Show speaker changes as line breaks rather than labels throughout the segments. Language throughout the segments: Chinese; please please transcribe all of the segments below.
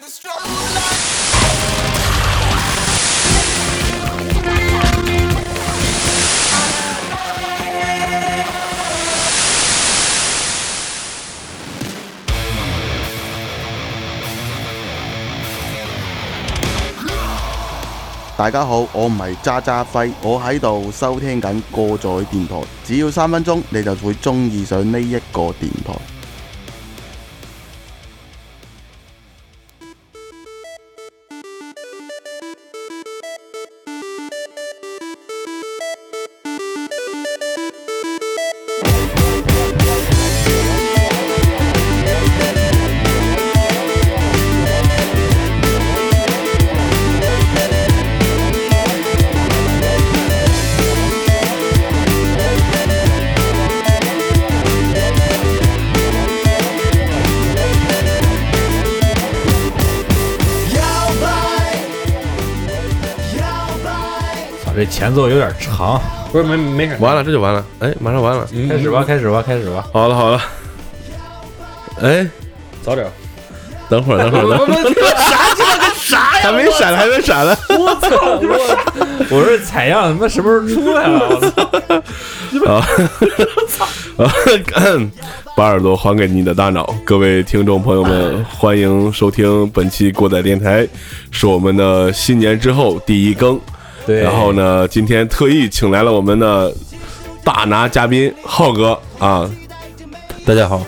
the struggle.
大家好，我唔係渣渣輝，我喺度收聽緊歌仔電台，只要三分鐘你就會中意上呢一個電台。
操，啊这前奏有点长，
不是没没事，嗯
完了，这就完了，哎，马上完了，
开始吧，开始吧，开始吧。
好了好了，哎，
早点。
等会儿等会儿，等会儿， 还没闪，还没闪 呢，
我操！我我说采样他妈什么时候出来了？我操！
啊，啊，把耳朵还给你的大脑，各位听众朋友们，欢迎收听本期过载电台，是我们的新年之后第一更，
对，
然后呢，今天特意请来了我们的大拿嘉宾浩哥啊，
大家好，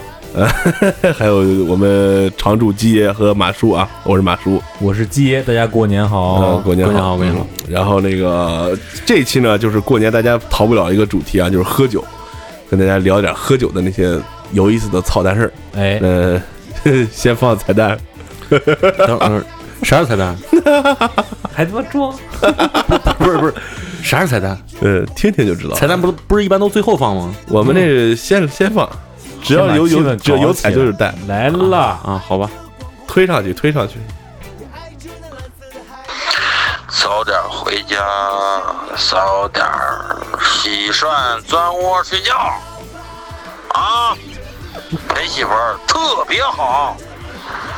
还有我们常驻基爷和马叔啊，我是马叔。
我是鸡爷，大家过年好，
嗯，过年
啊
过年好。
然后那个这期呢，就是过年大家逃不了一个主题啊，就是喝酒，跟大家聊点喝酒的那些有意思的操蛋事儿。
哎，
呃， 先放彩蛋，
等等，啥是彩蛋？
还他妈装？
不是不是，啥是彩蛋？
呃，听听就知道。
彩蛋不都不是一般都最后放吗？
我们这先先放，只要有
先把
有
气氛
只要
搞
有
起
彩就是蛋，
来了，
啊，好吧，
推上去推上去。
早点回家，早点洗涮钻窝睡觉，啊，陪媳妇儿特别好，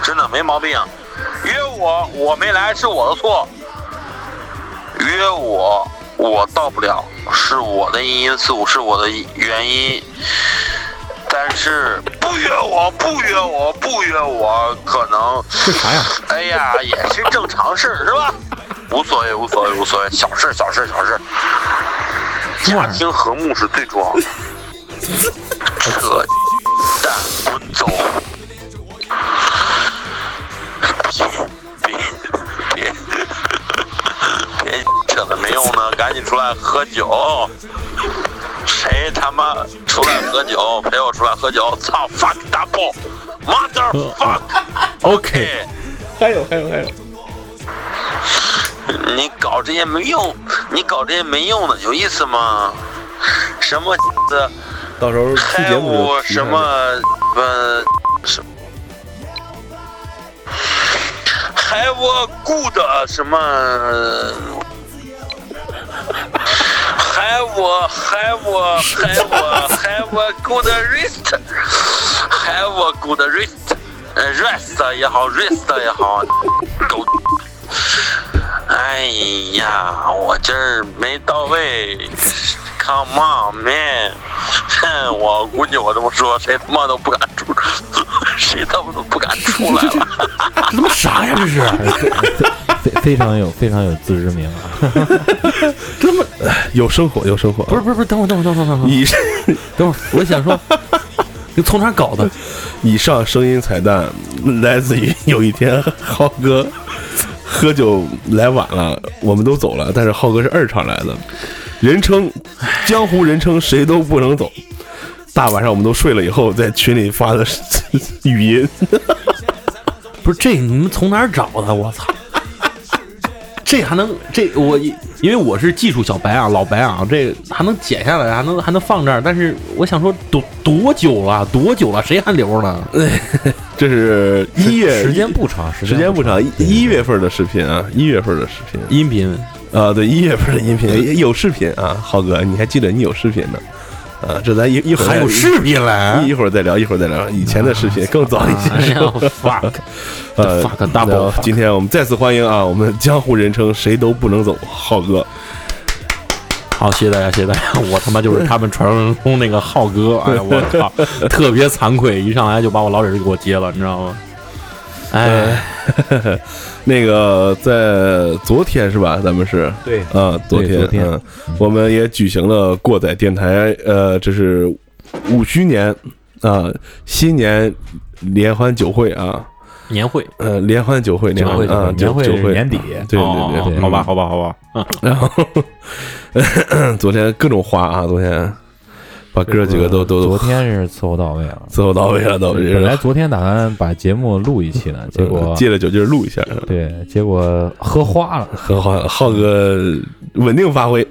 真的没毛病。约我我没来是我的错，约我我到不了是我的因素是我的原因，但是不约我不约我不约我可能
这啥呀？
哎呀，也是正常事儿，是吧？无所谓，无所谓，无所谓，小事，小事，小事。家庭和睦是最重要的。这蛋滚走！别别别别扯了，没用的，赶紧出来喝酒。谁他妈出来喝酒？陪我出来喝酒！操，fuck double，mother fuck。
OK，
还有还有还有。你搞这些没用，你搞这些没用的，有意思吗？什么的
到时候出
开
节目
悟
就提
什
上去
么呃什么，还我 good 什么，还我还我还我还我 good rest，还我 good rest，呃 rest 也好 rest 也好，狗。哎呀，我今儿没到位，Come on man！哼我估计我这么说，谁他妈都不敢出， 谁他妈都不敢出来了。
这他妈啥呀？这是
非非常有非常有自知明啊！
有生活有生活，
不是不是不是？等会儿等会儿等会儿等会儿
以上
等会儿，我想说，你从哪儿搞的？
以上声音彩蛋来自于有一天浩哥喝酒来晚了，我们都走了，但是浩哥是二场来的，人称江湖人称谁都不能走。大晚上我们都睡了以后，在群里发的 语音，
不是这你们从哪儿找的？我操！这还能这我因为我是技术小白啊，老白啊，这还能剪下来，还能还能放这儿。但是我想说，多多久了？多久了？谁还留呢？
这是一 月
时间不长，时
时间不长，一一月份的视频啊，一月份的视频
音频
啊，对，一月份的音频有视频啊，浩哥你还记得你有视频呢？啊，这咱一一会儿
还有
再
视频来
哎
一一会儿再聊，一会儿再聊以前的视频更早一些。
哎呀，fuck，
呃
fuck double
然后
fuck
今天我们再次欢迎啊，我们江湖人称谁都不能走，浩哥。
好，谢谢大家，谢谢大家。 我他妈就是他们传说中那个浩哥，哎呀， 我靠，特别惭愧，一上来就把我老姐就给我接了，你知道吗？哎，
那个在昨天是吧？咱们是
对
啊，昨天
对昨天
嗯，我们也举行了过载电台呃，这是五虚年啊，新年联欢酒会啊，
年会，
呃，联欢酒会，联欢
酒会
啊，
年
酒
会
酒
是
会
年底，
对
哦
对对对，
好吧，好吧，好吧，
然后 昨天各种花啊，昨天把哥几个都都
呃昨
都
天是伺候到位了。
伺候到位了，都
本来昨天打算把节目录一期呢，结果
嗯借着酒劲儿录一下，
对，结果喝花了。
很好，浩哥稳定发挥，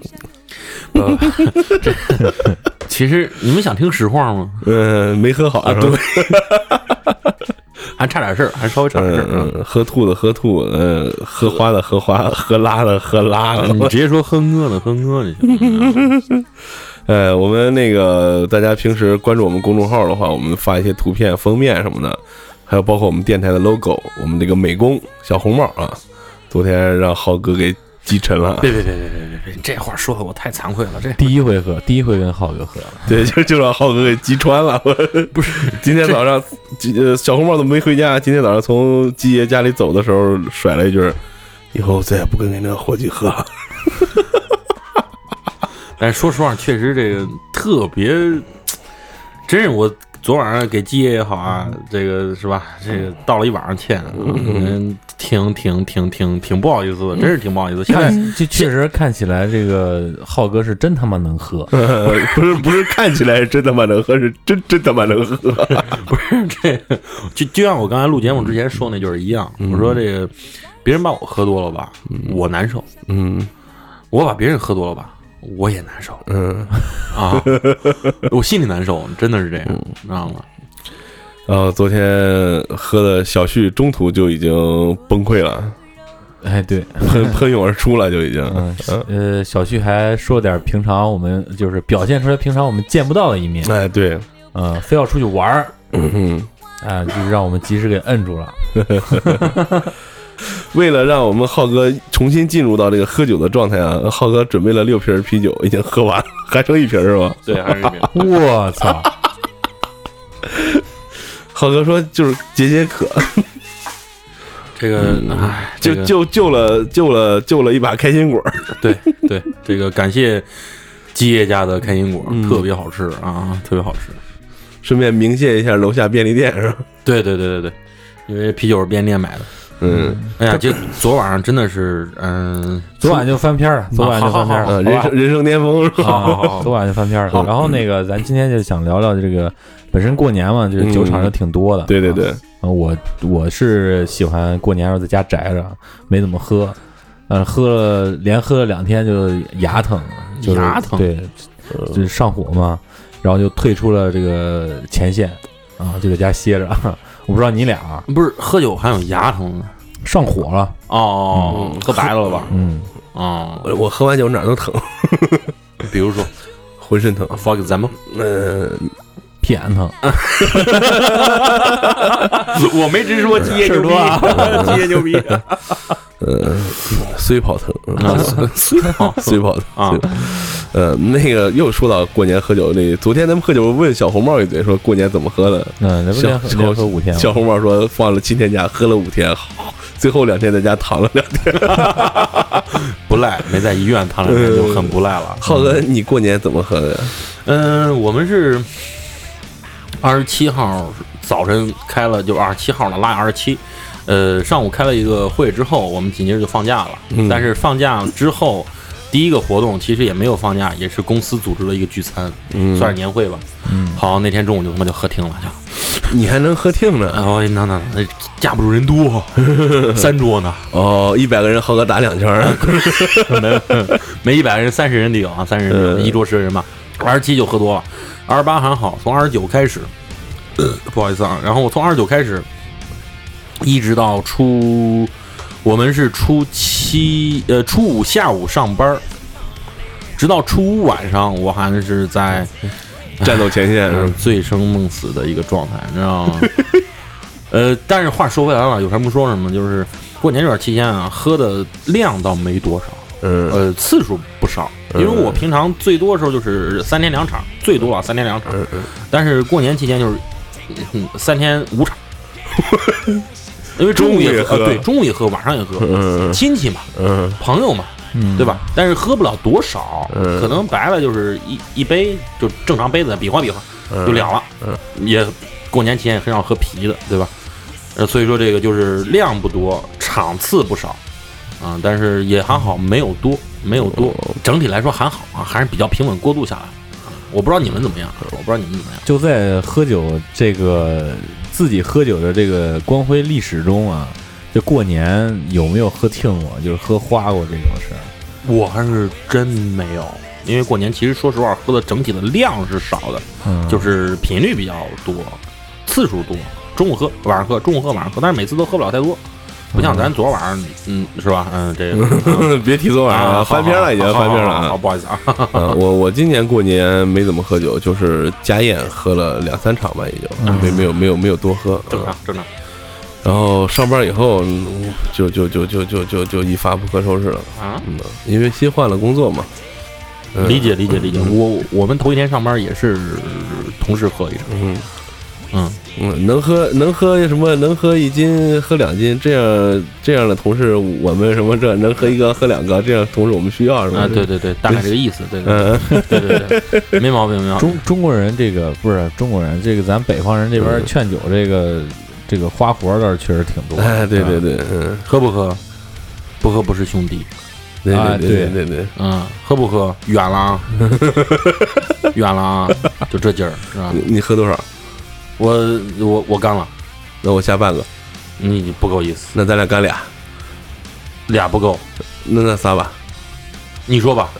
其实你们想听实话吗？
嗯，没喝好
啊，
是吧
对，还差点事儿，还稍微差点事儿。
嗯嗯，喝吐的喝吐，嗯，喝花的喝花，喝拉的喝拉了。
啊你直接说哼哥呢，哼哥呢就行。
呃，我们那个大家平时关注我们公众号的话，我们发一些图片、封面什么的，还有包括我们电台的 logo，我们这个美工小红帽啊，昨天让浩哥给击沉了啊。
别别别别别别别，这话说的我太惭愧了。这
第一回喝，第一回跟浩哥喝了，
对，就就让浩哥给击穿了。我
不是
今天早上，呃，小红帽怎么没回家？今天早上从季爷家里走的时候，甩了一句儿：“以后再也不跟人家伙计喝了。，
但是说实话，确实这个特别，真是我昨晚上给基业也好啊，这个是吧？这个道了一晚上歉，嗯，挺挺挺挺挺不好意思的，真是挺不好意思。现在
看这确实看起来这个浩哥是真他妈能喝
呃”不是不是，看起来真他妈能喝，是真真他妈能喝。
不是
嗯
这个，就就像我刚才录节目之前说那就是一样，
嗯
我说这个别人把我喝多了吧，我难受；
嗯
我把别人喝多了吧，我也难受
嗯，
啊，我心里难受，真的是这样，
嗯
你知道吗？
然后昨天喝的小旭中途就已经崩溃了，
哎，对，
喷喷涌而出了，就已经。
嗯
嗯，
呃，小旭还说点平常我们就是表现出来平常我们见不到的一面，
哎，对，
嗯，非要出去玩儿，
嗯哼。
啊，就是让我们及时给摁住了。
为了让我们浩哥重新进入到这个喝酒的状态啊，浩哥准备了六瓶啤酒，已经喝完了，还剩一瓶是吧？
对，还是这样。
我操！
浩哥说就是解解渴，
这个，哎，
嗯就
这个
就救了救了救了一把开心果。
对 对，这个感谢基业家的开心果，特别好吃啊，特别好吃。
顺便鸣谢一下楼下便利店是吧？
对对对对对，因为啤酒是便利店买的。
嗯，
哎呀，这昨晚上真的是，嗯，
昨晚就翻篇儿了，昨晚就翻篇儿
好啊
啊，
了，啊
人生人生巅峰是吧？
好好好
昨晚就翻篇儿了。然后那个，咱今天就想聊聊这个，本身过年嘛，
嗯
就是酒场就挺多的。
对对对，
啊，我我是喜欢过年时候在家宅着，没怎么喝，但是喝了连喝了两天就牙疼，就是
牙疼
对，就是上火嘛，然后就退出了这个前线啊，就在家歇着。 我不知道你俩啊
哦不是喝酒还有牙疼呢。
上火了，
哦，喝白了吧？
嗯，
哦，
我我喝完酒哪儿都疼，
比如说
浑身疼。
，for example，
嗯，
屁眼疼，
我没直说基业
事儿
牛逼
多啊，
基业牛 逼
虽跑疼，
啊
虽跑疼。
啊
虽！呃，那个又说到过年喝酒那，昨天咱们喝酒问小红帽一嘴，说过年怎么喝的？
嗯，那不
小
连喝连
小
喝五天吗
小红帽说放了七天假，喝了五天，好，最后两天在家躺了两天。
不赖，没在医院躺两天就很不赖 了。
浩哥，你过年怎么喝的呀？
嗯，我们是二十七号早晨开了，就二十七号了，腊月二十七。呃，上午开了一个会之后，我们紧接着就放假了。
嗯
但是放假之后，第一个活动其实也没有放假，也是公司组织了一个聚餐，
嗯
算是年会吧。
嗯
好，那天中午就他妈就喝停了，就
你还能喝听呢？
哎呦，那那那架不住人多，三桌呢，
哦，一百个人，浩哥打两圈 儿。
没一百个人，三十人得有啊，三十人得有，
嗯
一桌十个人吧。二十七就喝多了，二十八还好，从二十九开始、 呃不好意思啊，然后我从二十九开始，一直到初，我们是初七呃初五下午上班儿，直到初五晚上，我还是在
战斗前线，
嗯，醉生梦死的一个状态，你知道吗？ 呃，但是话说回来了，有什么说什么，就是过年这段期间啊，喝的量倒没多少，
嗯
呃，次数不少，
呃
因为我平常最多的时候就是三天两场，最多啊三天两场，
嗯嗯，
但是过年期间就是、嗯、三天 五场，因为中午也
中午也喝
呃对，中午也喝，晚上也喝，
嗯
亲戚嘛，
嗯
朋友嘛，
嗯
对？吧？但是喝不了多少，
嗯
可能白了就是一一杯，就正常杯子比划比划
嗯
就了了。也过年期间也很少喝啤的，对吧？呃，所以说这个就是量不多，场次不少，啊、但是也还好，没有多，没有多，
哦
整体来说还好啊，还是比较平稳过渡下来。啊我不知道你们怎么样，啊我不知道你们怎么样。
就在喝酒这个自己喝酒的这个光辉历史中啊，就过年有没有喝听过，就是喝花过这种事儿？
我还是真没有，因为过年其实说实话，喝的整体的量是少的，
嗯，
就是频率比较多，次数多，中午喝，晚上喝，中午喝，晚上喝，但是每次都喝不了太多，不像咱昨晚上，嗯，是吧？嗯，这个
嗯，别提昨晚上
啊
了，翻篇了已经，
好好
翻篇了
好好好
啊！
不好意思啊，
啊我我今年过年没怎么喝酒，就是家宴喝了两三场吧，也就
嗯
没没有没有没有多喝，
正
啊
常正常。
然后上班以后，嗯就就就就就就就一发不可收拾了，
啊，
嗯，因为新换了工作嘛，嗯
理解理解理解。我我们头一天上班也是同事喝一场，
嗯
嗯，
嗯，能喝能喝什么？能喝一斤，喝两斤，这样这样的同事，我们什么这能喝一个，喝两个，这样同事我们需要是吧？
啊，对，对对，大概这个意思，对对
嗯，
对对对，没毛病没毛病。
中中国人这个不是中国人，这个咱北方人这边
嗯
劝酒这个、这个花活倒是确实挺多的。
哎，对对
对
对，
啊
嗯，
喝不喝？不喝不是兄弟，
对
啊
对
对
对对
嗯，喝不喝？远了啊，远了啊，就这劲儿是吧
对，？你你喝多少？
我我我干了，
那我下半个，
你你不够意思，
那咱俩干俩，
俩不够，
那那仨吧，
你说吧。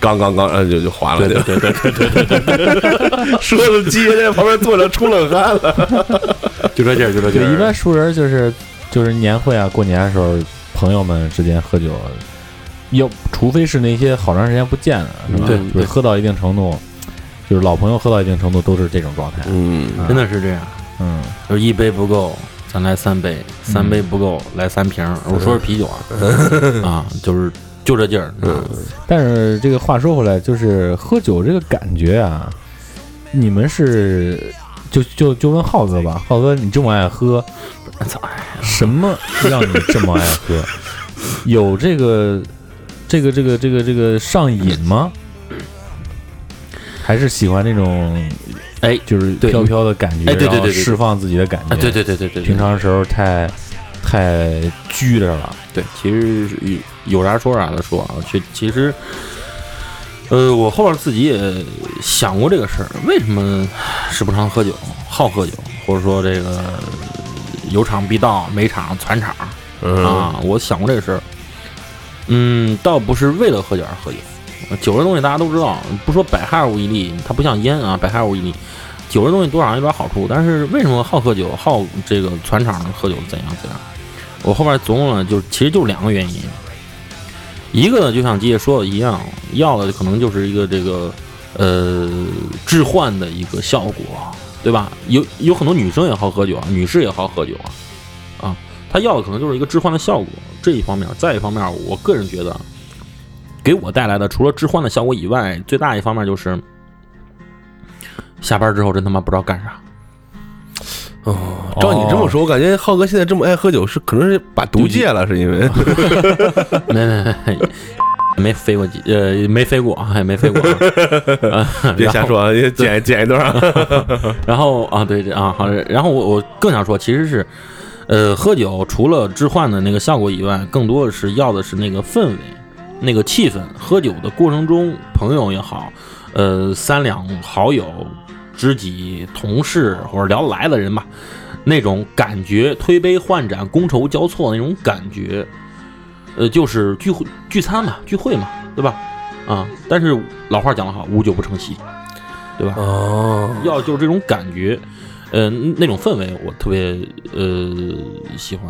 刚刚刚，呃，就就划了，
对对
吧
对对对，
说的鸡在旁边坐着出冷汗了，
就这劲儿，就这劲
对，
儿。
一般熟人就是就是年会啊、过年的时候，朋友们之间喝酒，要除非是那些好长时间不见了，是吧？
对
就是喝到一定程度，就是老朋友喝到一定程度都是这种状态。
嗯，
真的是这样，
嗯，
就是一杯不够，咱来三杯，三杯不够来三瓶儿。我
嗯
说是啤酒 啊，啊，就是就这劲儿。嗯，
但是这个话说回来，就是喝酒这个感觉啊，你们是就就就问浩哥吧，浩哥你这么爱喝，
操，哎
什么让你这么爱喝？有这个这个这个这个这个上瘾吗？还是喜欢那种
哎
就是
对
飘飘的感觉，
哎对对对对
然后
对
释放自己的感觉。
啊对对对对对，
平常时候太太拘着了。
对，其实是有有啥说啥的说啊，其其实，呃，我后边自己也想过这个事儿，为什么时不常喝酒，好喝酒，或者说这个呃有场必到，没场攒场
嗯
啊，我想过这个事儿。嗯，倒不是为了喝酒而喝酒，酒这东西大家都知道，不说百害无一利，它不像烟啊，百害无一利。酒这东西多少有点好处，但是为什么好喝酒、好这个传场喝酒怎样怎样？我后面总共呢，就其实就两个原因，一个呢就像杰说的一样，要的可能就是一个这个呃置换的一个效果，对吧？有有很多女生也好喝酒啊，女士也好喝酒啊，啊，她要的可能就是一个置换的效果这一方面。再一方面，我个人觉得，给我带来的除了置换的效果以外，最大一方面就是下班之后真他妈不知道干啥。
哦照你这么说，我感觉浩哥现在这么爱喝酒，是可能是把毒戒了，是因为，
哦没没没，没飞过几呃，没飞过，还没飞过。 啊
别瞎。说，啊，减减一段 啊，
然后啊，对对啊，好。然后我我更想说，其实是，呃，喝酒除了置换的那个效果以外，更多的是要的是那个氛围，那个气氛。喝酒的过程中，朋友也好，呃，三两好友、知己、同事或者聊得来的人吧，那种感觉，推杯换盏、觥筹交错那种感觉，呃，就是聚会、聚餐嘛，聚会嘛，对吧？啊，但是老话讲得好，无酒不成席，对吧？
哦，
要就是这种感觉，呃，那种氛围我特别呃喜欢，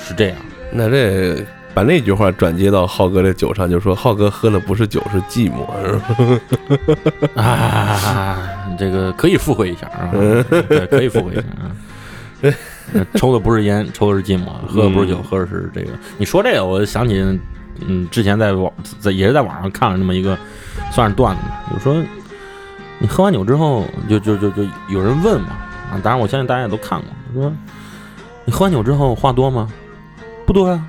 是这样。
那这把那句话转接到浩哥的酒上，就说浩哥喝的不是酒，是寂寞。是吧
啊，这个可以附会一下啊，对，可以附会一下啊。呃抽的不是烟，抽的是寂寞；喝的不是酒，喝的是这个。你说这个，我想起，嗯，之前在网在也是在网上看了那么一个，算是段子吧，就说你喝完酒之后，就就就就有人问嘛，啊，当然我相信大家也都看过，说你喝完酒之后话多吗？不多呀、啊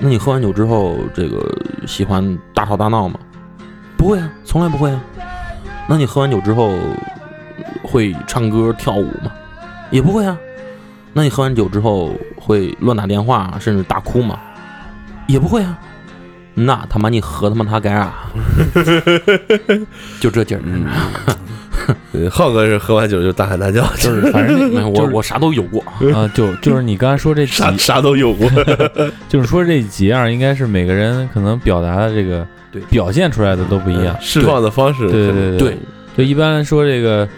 那你喝完酒之后，这个喜欢大吵大闹吗？不会啊，从来不会啊。那你喝完酒之后会唱歌跳舞吗？也不会啊。那你喝完酒之后会乱打电话甚至大哭吗？也不会啊。那他妈你喝他妈他该 啊！就这劲儿，
嗯
呃嗯浩哥是喝完酒就大喊大叫，
就是反正
没有我我啥都有过，
啊，就就是你刚才说这几，
啥 啥都有过。
就是说这几样应该是每个人可能表达的这个
对嗯
表现出来的都不一样。
释放的方式，
对对
哎对，
就一般说这个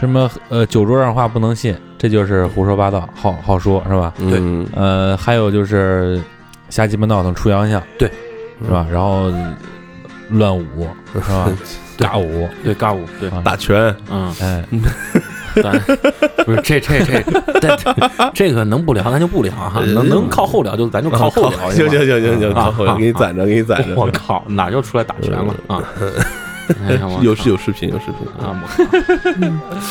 什么呃，酒桌上话不能信，这就是胡说八道，好好说是吧？
嗯，
呃，还有就是瞎鸡巴闹腾出洋相，
对，嗯
是吧？然后乱舞是 吧？尬舞，啊
对尬舞，对，
打拳，
嗯，
哎，
咱不是这这这这这个能不聊咱就不聊哈，能能靠后聊就咱就靠后聊，
行嗯行
行
行行行，
啊
靠后聊，
啊
给你攒着，给你攒
我
着。
靠，哪又出来打拳了啊？哎呀我
有
靠
有视频，有视频。
啊，我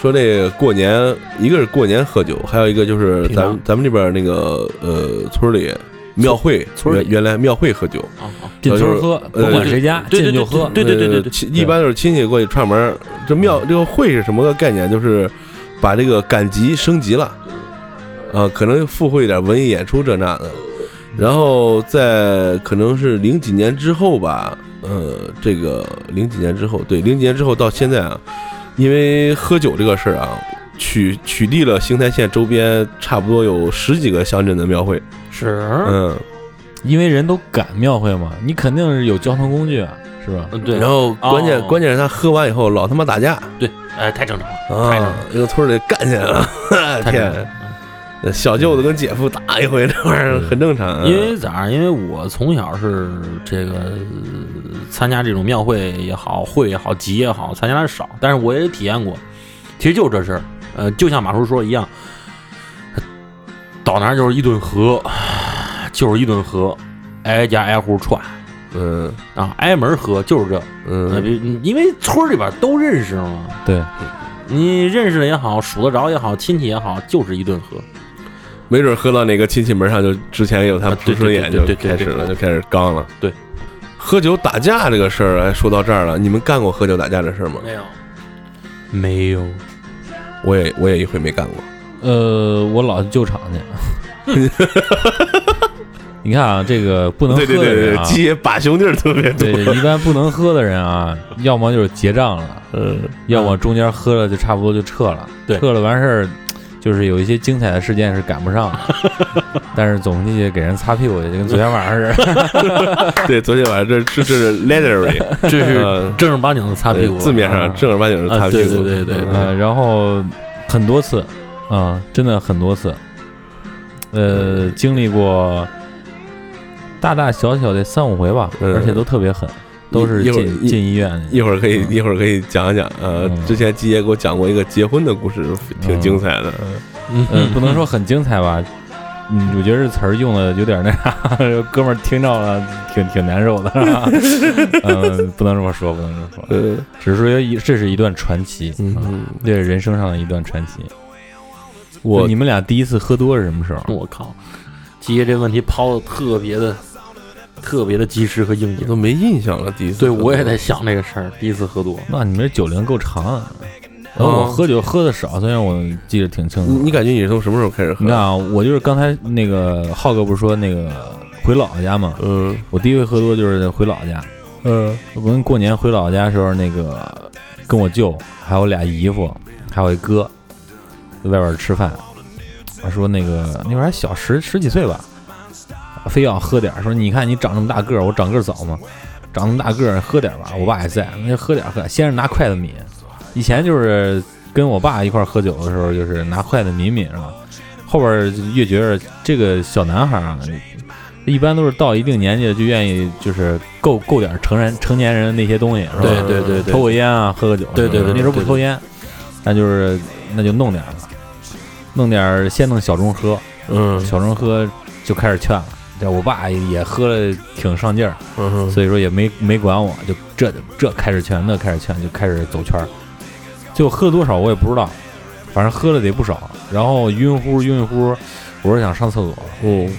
说这个过年，一个是过年喝酒，还有一个就是
平
咱
常
们咱们这边那个呃村里庙会，
村里
原原来庙会喝酒，
靠啊啊
进村儿喝，不
呃
管谁家
对
进
对
就
对
喝，
啊对对对对
呃
对
亲一般都是亲戚过去串门儿。这庙这个会是什么个概念？就是把这个赶集升级了，呃，可能附会一点文艺演出这那的。然后在可能是零几年之后吧，呃，这个零几年之后，对，零几年之后到现在啊，因为喝酒这个事儿啊，取取缔了邢台县周边差不多有十几个乡镇的庙会，
是，
嗯，
因为人都赶庙会嘛，你肯定是有交通工具啊，是吧？
嗯对，
然后关键、
哦
关键是他喝完以后老他妈打架，
对，哎，太正常了，太正
啊，一个村儿里干起来了，
太正常
天，
了。
小舅子跟姐夫打一回，这玩意儿很正常啊。
嗯
嗯
因为咋样？因为我从小是这个呃参加这种庙会也好，会也好，集也好，参加的少，但是我也体验过，其实就是这事儿。呃，就像马叔说的一样，到那儿就是一顿喝， 就是一顿喝，挨家挨户串
嗯
啊，挨门喝，就是这。呃
嗯，
比因为村儿里边都认识嘛，
对，
你认识的也好，数得着也好，亲戚也好，就是一顿喝。
没准喝到哪个亲戚门上，就之前有他们
啊
不
对
顺眼就
对对对对
开始了，就开始刚了。
对，
喝酒打架这个事儿，哎，说到这儿了，你们干过喝酒打架的事儿吗？
没有，没有，
我也我也一回没干过。
呃，我老去救场去。 你看啊，这个不
嗯
能喝
对对
的
对
人
对，
啊，
鸡爷把兄弟儿特别多。
对一般不能喝的人 啊，要么就是结账了，
嗯，
要么中间喝了就差不多就撤了，
对
撤了完事儿，就是有一些精彩的事件是赶不上 的，但是总进去给人擦屁股去，就跟昨天晚上似的。
对，昨天晚上这这这是 literary，
这是
呃
正儿八经的擦屁股，
字面上
嗯啊
正儿八经的
啊
擦屁股。
对对对对对
嗯
呃，然后很多次，啊、真的很多次，呃，经历过大大小小的三五回吧，
嗯
而且都特别狠，都是
一会儿
进
一
进医院去。
一会儿可以
嗯
一会儿可以讲一讲，呃，
嗯
之前季爷给我讲过一个结婚的故事，挺精彩的。
嗯
嗯，不能说很精彩吧。嗯，我觉得这词儿用的有点那啥， 哥们儿听着了挺挺难受的。嗯，不能这么说，不能这么说，
嗯
只是说一这是一段传奇，啊
嗯，
这是人生上的一段传奇。
我
你们俩第一次喝多是什么时候？
我靠，季爷这问题抛的特别的、特别的及时和应
我
景。
都没印象了，第一次。
对，我也在。想这个事儿。第一次喝多，
那你们这酒龄够长啊！然后我
嗯
喝酒喝的少，虽然我记得挺清
你
楚。
你感觉你是从什么时候开始喝？
你看啊，我就是刚才那个浩哥不是说那个回姥姥家嘛，
嗯
我第一回喝多就是回姥姥家。
嗯
我们过年回老家的时候，那个跟我舅还有俩姨夫，还有一哥，在外边吃饭。我说那个那会儿还小十十几岁吧，非要喝点儿，说你看你长这么大个儿，我长个儿早嘛，长那么大个儿喝点儿吧。我爸也在，那就喝点儿喝点儿。先是拿筷子抿，以前就是跟我爸一块儿喝酒的时候，就是拿筷子抿抿上了。后边儿就越觉得这个小男孩儿啊，一般都是到一定年纪了就愿意就是够够点儿成人成年人的那些东西，是吧？
对对对对
抽个烟啊，喝个酒什么的，
对对对对
那时候不
对对
抽烟，那就是那就弄点儿吧，弄点儿先弄小盅喝，
嗯
小盅喝就开始劝了。这我爸也喝了挺上劲儿，
嗯哼，
所以说也没没管我，就这这开始劝，那开始劝，就开始走圈儿。就喝多少我也不知道，反正喝了得不少。然后晕乎晕乎，我说想上厕所，
嗯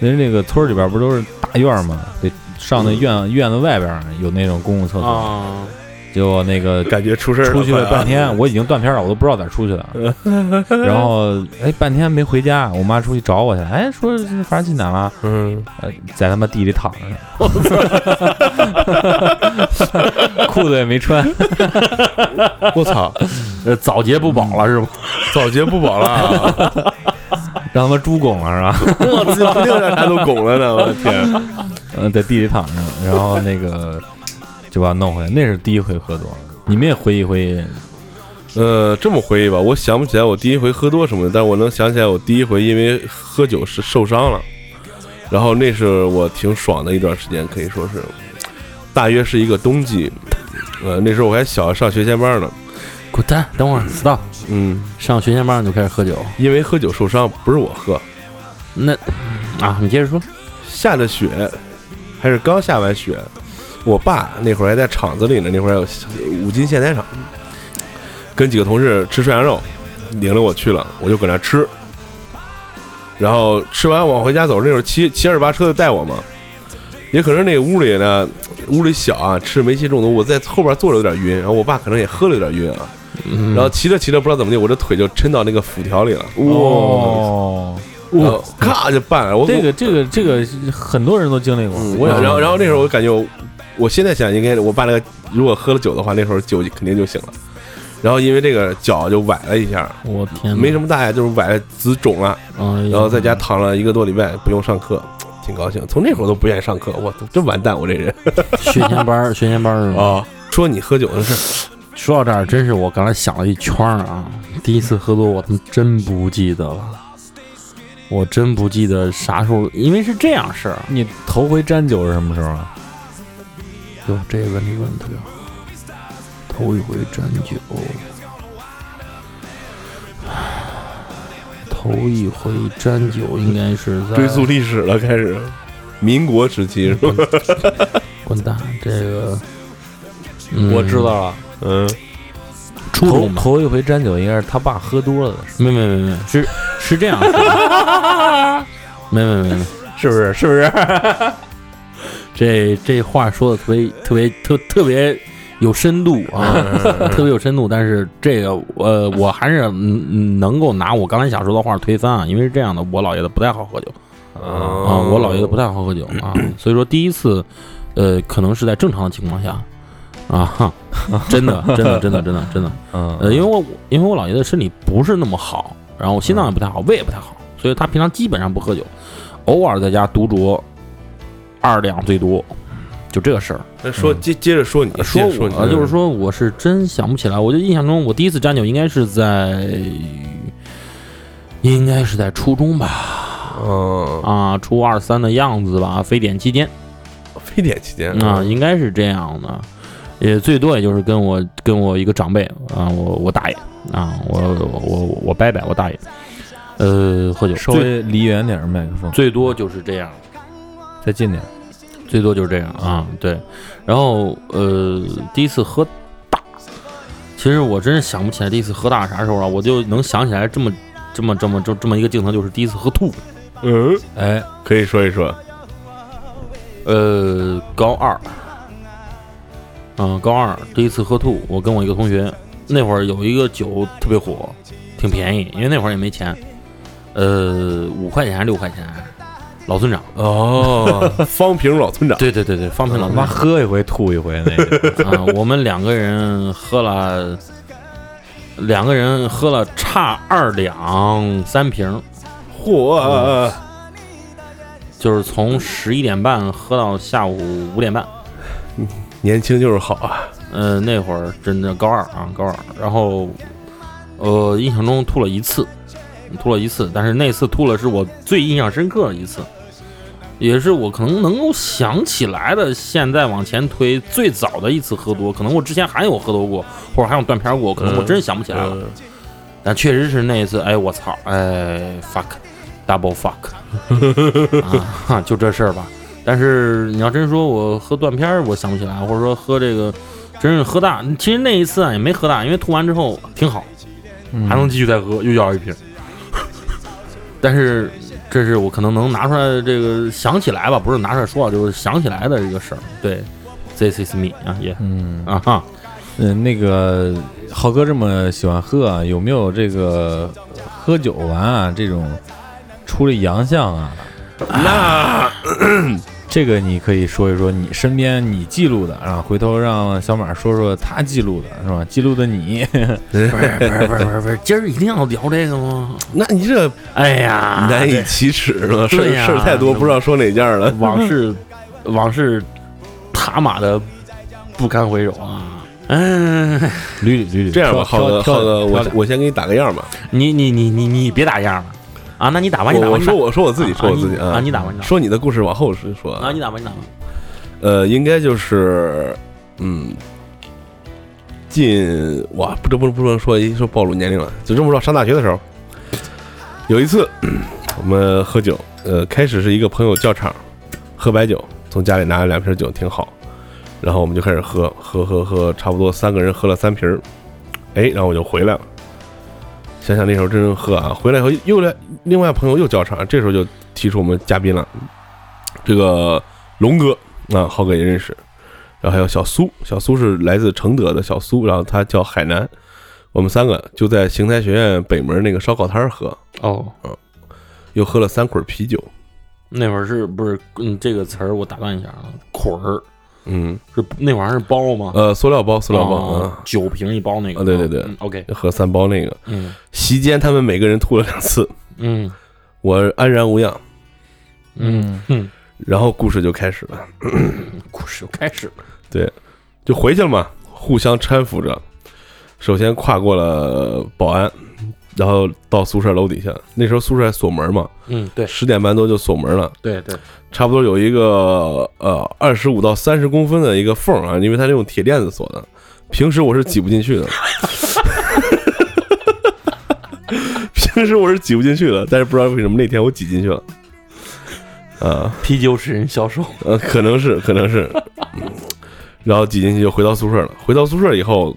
人那个村儿里边儿不都是大院儿嘛，得上那
嗯
院、院子外边儿有那种公共厕所。
啊，
结果那个
感觉出事儿
出去了
快啊
半天，我已经断片了，我都不知道咋出去的。然后哎，半天没回家，我妈出去找我去了，哎，说反正去哪儿了，
嗯，
呃在他妈地里躺着 呢，裤子也没 穿。
我操，
呃，早节不保了是吧？
早节不保了 啊，
让他们猪拱了是吧？
我操，肯定让他都拱了呢，我的天，
嗯，在地里躺着，然后那个就把我弄回来，那是第一回喝多了。你们也回忆回忆，
呃，这么回忆吧，我想不起来我第一回喝多什么的，但我能想起来我第一回因为喝酒是受伤了，然后那是我挺爽的一段时间，可以说是，大约是一个冬季，呃，那时候我还小，上学前班呢，
滚蛋！等会儿，stop！
嗯，
上学前班就开始喝酒，
因为喝酒受伤，不是我喝，
那啊，你接着说。
下着雪，还是刚下完雪。我爸那会儿还在厂子里呢，那会儿还有五金线材厂，跟几个同事吃涮羊肉，领着我去了，我就搁那吃。然后吃完往回家走，那会儿骑骑二八车就带我嘛，也可能那屋里呢，屋里小啊，吃煤气中毒，我在后边坐着有点晕，然后我爸可能也喝了有点晕啊，
嗯
然后骑着骑着不知道怎么的，我这腿就抻到那个腐条里了，
哦，
然后咔就绊了，我
这个这个这个很多人都经历过，我也
嗯
嗯
然后然后那时候我感觉我，我现在想应该我爸那个如果喝了酒的话，那时候酒肯定就醒了。然后因为这个脚就崴了一下，
我天，嗯
没什么大呀，就是崴了紫肿了，
么
然后在家躺了一个多礼拜，不用上课，挺高兴。从那会儿都不愿意上课，我操真完蛋，我这人
学前班儿，学前班儿 是吧？
啊。 说你喝酒的事儿，
说到这儿，真是我刚才想了一圈儿啊，第一次喝多，我他妈真不记得了，我真不记得啥时候，因为是这样事儿啊。
你头回沾酒是什么时候啊？
哟，这个问题问的特别好，头一回沾酒，头一回沾酒应该是在
追溯历史了，开始，
嗯
民国时期是吧？
滚蛋，这个、
我知，道了，
嗯，
嗯初
头
中吧，
头一回沾酒应该是他爸喝多了的时
没没没没，是是这样式的， 没没没没。
候，是不是？是不是？
这这话说的特别特别特特别有深度啊， 特别有深度。但是这个呃，我还是嗯嗯能够拿我刚才想说的话推翻啊，因为是这样的，我姥爷的不太好喝酒啊，
哦
啊
我姥爷的不太好喝酒啊，所以说第一次呃，可能是在正常的情况下啊，哈真的真的真的真的真的，
嗯，
呃，因为我因为我姥爷的身体不是那么好，然后心脏也不太好，胃也不太好，所以他平常基本上不喝酒，偶尔在家独酌二两最多，就这个事儿。
那说接接着说你，
嗯说
接着说
我啊
你，
就是说我是真想不起来，我就印象中我第一次沾酒应该是在，应该是在初中吧，
嗯，
啊，初二三的样子吧，非典期间
非典期间
嗯
啊，应该是这样的。也最多也就是跟我跟我一个长辈啊，我我大爷啊，我我我我伯伯我大爷，呃，喝酒
稍
最
微离远点儿麦克风，
最多就是这样，
再近点儿。
最多就是这样啊，对。然后呃，第一次喝大，其实我真是想不起来第一次喝大啥时候了，我就能想起来这么这么这么这这么一个镜头，就是第一次喝吐。
嗯，
哎，
可以说一说，
呃，高二，嗯、高二第一次喝吐，我跟我一个同学，那会儿有一个酒特别火，挺便宜，因为那会儿也没钱，呃，五块钱还是六块钱，老村长，
哦，方平老村长，
对对对对，方平老
他
村
妈
长，
喝一回吐一回那个，
啊，我们两个人喝了，两个人喝了差二两三瓶，嗯
嚯！
就是从十一点半喝到下午五点半。
年轻就是好啊！
呃，那会儿真的高二啊，高二。然后，呃，印象中吐了一次，吐了一次，但是那次吐了是我最印象深刻的一次，也是我可能能够想起来的，现在往前推最早的一次喝多，可能我之前还有喝多过，或者还有断片过，可能我真想不起来了。
嗯
但确实是那一次，哎，我操，哎 ，fuck，double fuck，啊，哈就这事儿吧。但是你要真说我喝断片儿，我想不起来，或者说喝这个，真是喝大。其实那一次啊也没喝大，因为吐完之后挺好，还能继续再喝，又要一瓶。但是这是我可能能拿出来这个想起来吧，不是拿出来说啊，就是想起来的一个事儿。对，This is me 啊，也、
嗯
啊哈，
嗯，那个浩哥这么喜欢喝啊，有没有这个喝酒完啊这种出了洋相啊？
那
这个你可以说一说你身边你记录的，然后回头让小马说说他记录的是吧？记录的你，
不是不是不是不是不是，今儿一定要聊这个吗？
那你这
哎呀，
难以启齿了，事
对
儿
呀
事儿太多，不知道说哪件儿了。
往事，往事，他妈的不堪回首啊！嗯，
捋捋捋捋。
这样
挑
吧，浩哥，
挑
浩哥，
挑
我
挑
我先给你打个样吧。
你你你你你别打样了啊！那你打吧，你打
我我
吧，你打
说我说我自己，
啊
说我自己
啊你啊你打吧你打吧
说你的故事往后是说
啊，你打吧，你打吧。
呃，应该就是，嗯，近哇，不这不不能说一说暴露年龄了，就这么说，上大学的时候，有一次我们喝酒，呃，开始是一个朋友叫场喝白酒，从家里拿了两瓶酒，挺好，然后我们就开始喝，喝喝喝，差不多三个人喝了三瓶儿，哎，然后我就回来了。想想那时候真是喝啊，回来以后又来另外朋友又叫场，这时候就提出我们嘉宾了，这个龙哥，啊，浩哥也认识，然后还有小苏，小苏是来自承德的小苏，然后他叫海南，我们三个就在邢台学院北门那个烧烤摊儿喝，
哦，
又喝了三捆啤酒，
那会儿是不是嗯这个词儿我打断一下啊？捆儿
嗯，
是那玩意儿是包吗？
呃，塑料包，塑料包，
哦
啊，
酒瓶一包那个。
啊对对对
嗯，OK，
喝三包那个，
嗯
席间他们每个人吐了两次，
嗯
我安然无恙，
嗯嗯，
然后故事就开始了，
故事又开始了。
就回去了嘛，互相搀扶着，首先跨过了保安，然后到宿舍楼底下，那时候宿舍还锁门嘛，
嗯，对
十点半多就锁门了。
对对，
差不多有一个呃二十五到三十公分的一个缝儿啊，因为它是用铁链子锁的，平时我是挤不进去的。 平时我是挤不进去的，但是不知道为什么那天我挤进去了。啊，
啤酒使人消瘦。
呃，可能是，可能是，嗯然后挤进去就回到宿舍了。回到宿舍以后，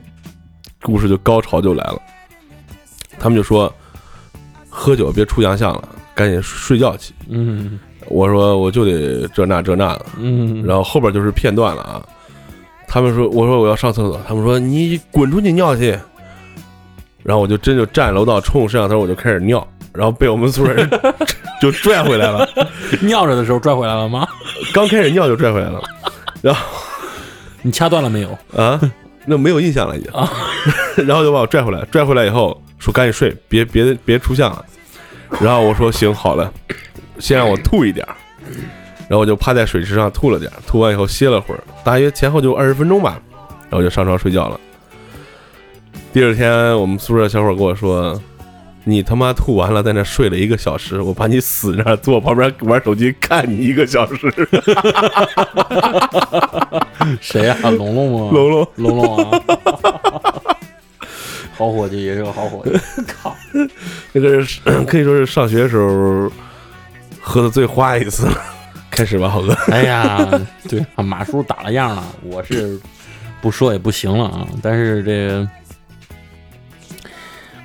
故事就高潮就来了。他们就说，喝酒别出洋相了，赶紧睡觉去。
嗯
我说我就得这那这那的，
嗯，
然后后边就是片段了啊。他们说，我说我要上厕所，他们说你滚出去尿去。然后我就真就站楼道冲我摄像头，我就开始尿，然后被我们宿舍人 就拽回来了。
尿着的时候拽回来了吗？
刚开始尿就拽回来了
你掐断了没有？
啊， 那没有印象了已经。
啊
然后就把我拽回来，拽回来以后说赶紧睡，别别别出现了。然后我说行好了，先让我吐一点儿。然后我就趴在水池上吐了点儿，吐完以后歇了会儿，大约前后就二十分钟吧，然后我就上床睡觉了。第二天我们宿舍小伙跟我说：“你他妈吐完了，在那睡了一个小时，我把你死那儿，坐我旁边玩手机看你一个小时。
谁呀、龙龙”吗？
龙龙
龙龙啊， 好伙计也是个好伙计。
那个是 可以说是上学的时候喝的最花一次了。开始吧，浩哥。
哎呀，对，啊马叔打了样了，我是不说也不行了啊。但是这个，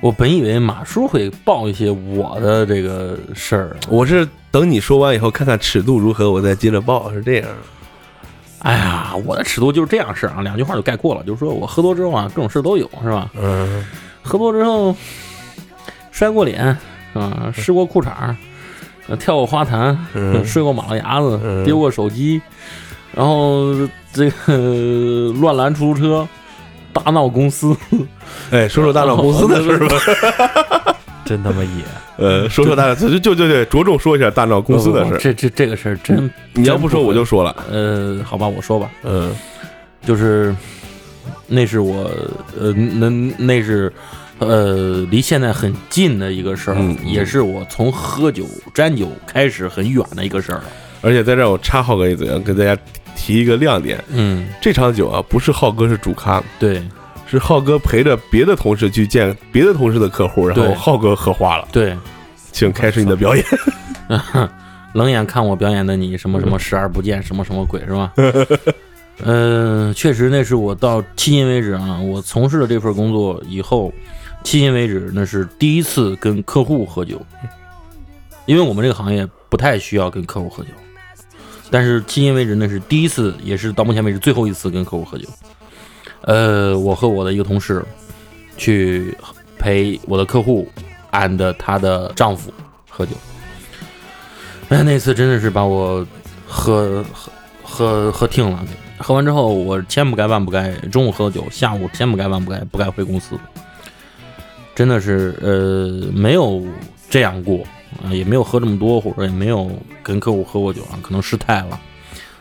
我本以为马叔会报一些我的这个事儿，
我是等你说完以后，看看尺度如何，我再接着报，是这样。
哎呀，我的尺度就是这样事儿啊，两句话就概括了，就是说我喝多之后啊，各种事儿都有，是吧？
嗯，
喝多之后摔过脸啊，湿过裤衩儿，呃跳过花坛，
嗯
睡过马路牙子，
嗯
丢过手机，然后这个 乱拦出租车，大闹公司，
哎，说说大脑公司的事儿 吧。
真他妈野！
呃，说说大脑，就就就对，着重说一下大脑公司的事儿。
这这这个事儿真
你要不说我就说了。
呃，好吧，我说吧，
嗯
就是那是我呃，那那是呃，离现在很近的一个事儿，
嗯嗯
也是我从喝酒沾酒开始很远的一个事儿了。
而且在这儿我插浩哥一嘴啊，给大家提一个亮点，
嗯，
这场酒啊不是浩哥是主咖，
对
是浩哥陪着别的同事去见别的同事的客户，然后
对
浩哥喝花了，
对，
请开始你的表演。
冷眼看我表演的你什么什么视而不见什么什么鬼是吧？ 呃，确实那是我到迄今为止啊，我从事了这份工作以后，迄今为止那是第一次跟客户喝酒，因为我们这个行业不太需要跟客户喝酒，但是迄今为止那是第一次，也是到目前为止最后一次跟客户喝酒。呃，我和我的一个同事去陪我的客户 and 她的丈夫喝酒。哎，那次真的是把我喝喝喝喝听了，喝完之后我千不该万不该，中午喝酒，下午千不该万不该不该回公司，真的是呃没有这样过啊、也没有喝这么多，或者也没有跟客户喝过酒啊，可能失态了，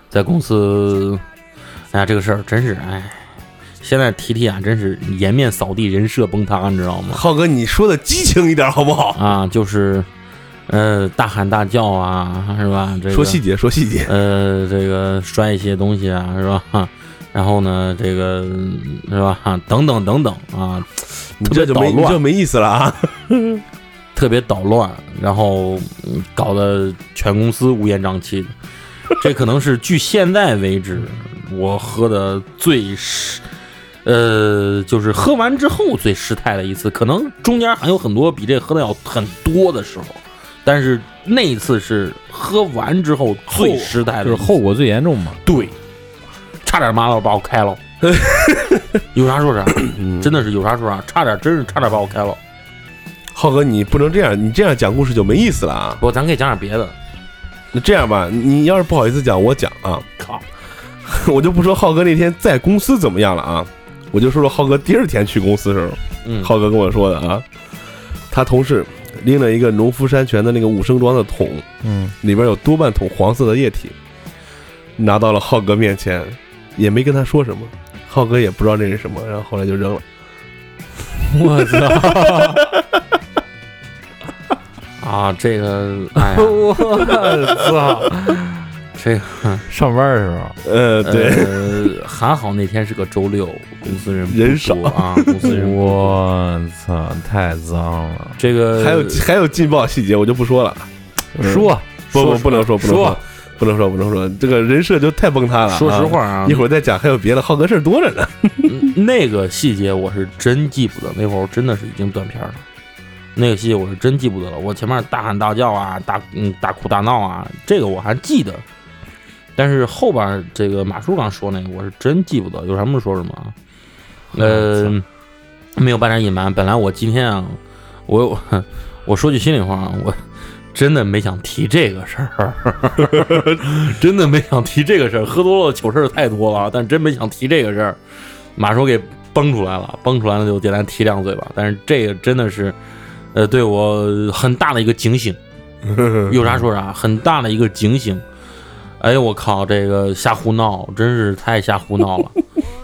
在公司，哎呀这个事儿真是哎，现在提提啊，真是颜面扫地，人设崩塌，你知道吗？
浩哥，你说的激情一点好不好？
啊，就是呃大喊大叫啊，是吧？这个、
说细节，说细节。
呃，这个摔一些东西啊，是吧？ 然后呢，这个嗯是吧？ 等等等等啊，
你
特别
这就没
捣
你
乱
这没意思了啊！
特别捣乱，然后嗯搞得全公司乌烟瘴气的。这可能是距现在为止我喝的最失，呃，就是喝完之后最失态的一次。可能中间还有很多比这喝的要很多的时候，但是那一次是喝完之后最失态的一
就
次，
是后果最严重嘛。
对，差点妈要把我 开了，有啥说啥，真的是有啥说啥，差点真是差点把我开了。
浩哥，你不能这样，你这样讲故事就没意思了啊！
不，咱可以讲点别的。
那这样吧，你要是不好意思讲，我讲啊，
靠，
我就不说浩哥那天在公司怎么样了啊，我就说说浩哥第二天去公司的时候，
嗯，
浩哥跟我说的啊，他同事拎了一个农夫山泉的那个五升装的桶，
嗯，
里边有多半桶黄色的液体，拿到了浩哥面前，也没跟他说什么，浩哥也不知道那是什么，然后后来就扔了。
我操！，
啊，这个，哎呀
我操！
这个，
上班的时候，
呃，对，
呃，还好那天是个周六，公司人不
人少
多啊，公 司人不多。
我操，太脏了！
这个
还有还有劲爆细节，我就不说了。嗯
说
不不
说
不能说，不能
说
说，不能说，不能说，这个人设就太崩塌了啊。
说实 话啊，
一会儿再讲，还有别的，浩哥事儿多着呢。
那个细节我是真记不得，那会儿我真的是已经断片儿了。那个细节我是真记不得了，我前面大喊大叫啊，大嗯大哭大闹啊，这个我还记得。但是后边儿这个马叔刚说那个，我是真记不得，有什么说什么啊。呃，没有半点隐瞒。本来我今天啊，我有 我说句心里话啊，我真的没想提这个事儿， 真的没想提这个事儿。喝多了糗事儿太多了，啊但真没想提这个事儿。马叔给崩出来了，崩出来了就简单提两嘴吧。但是这个真的是，呃，对我很大的一个警醒，
嗯
有啥说啥，很大的一个警醒。哎呦我靠，这个瞎胡闹，真是太瞎胡闹 了。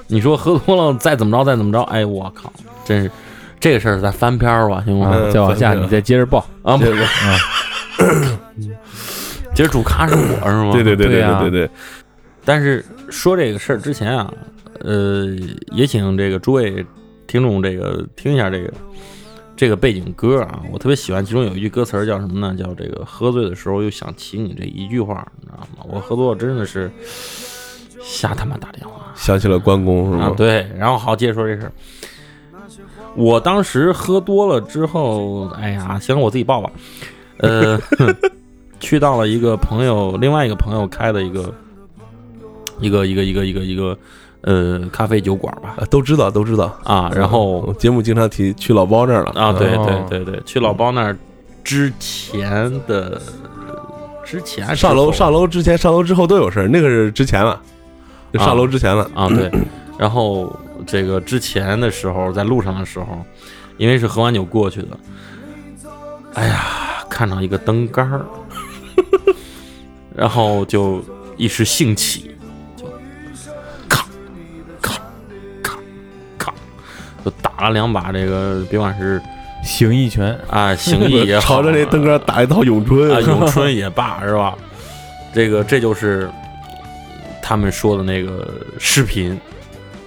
你说喝多了再怎么着再怎么着，哎我靠，真是这个事儿咱翻篇儿吧，行吗？
啊，
嗯
再往下
反正
你再接着报。
啊，
对对
今儿主咖是我是吗？
对对对
对啊
对对对，
但是说这个事儿之前啊，呃，也请这个诸位听众这个听一下这个这个背景歌啊，我特别喜欢，其中有一句歌词儿叫什么呢？叫这个喝醉的时候又想起你这一句话，你知道吗？我喝多了真的是瞎他妈打电话。
想起了关公是
啊
吗，？
对，然后好接着说这事儿。我当时喝多了之后，哎呀，行，我自己报吧。呃，去到了一个朋友，另外一个朋友开的一个一个一个一个一个一个呃咖啡酒馆吧
啊，都知道都知道。
啊，然后
我节目经常提去老包那儿了
啊，对
哦
对对对，去老包那儿之前的之前
上楼
上。
上楼之前、上楼之后都有事儿，那个是之前了，就上楼之前了。
啊，对。然后这个之前的时候，在路上的时候，因为是喝完酒过去的，哎呀，看到一个灯杆儿，然后就一时兴起，就咔咔咔咔，就打了两把这个，别管是
形意拳，
啊、行啊意也好
朝着那灯杆打一套咏春
啊，咏春也罢，是吧？这个这就是他们说的那个视频，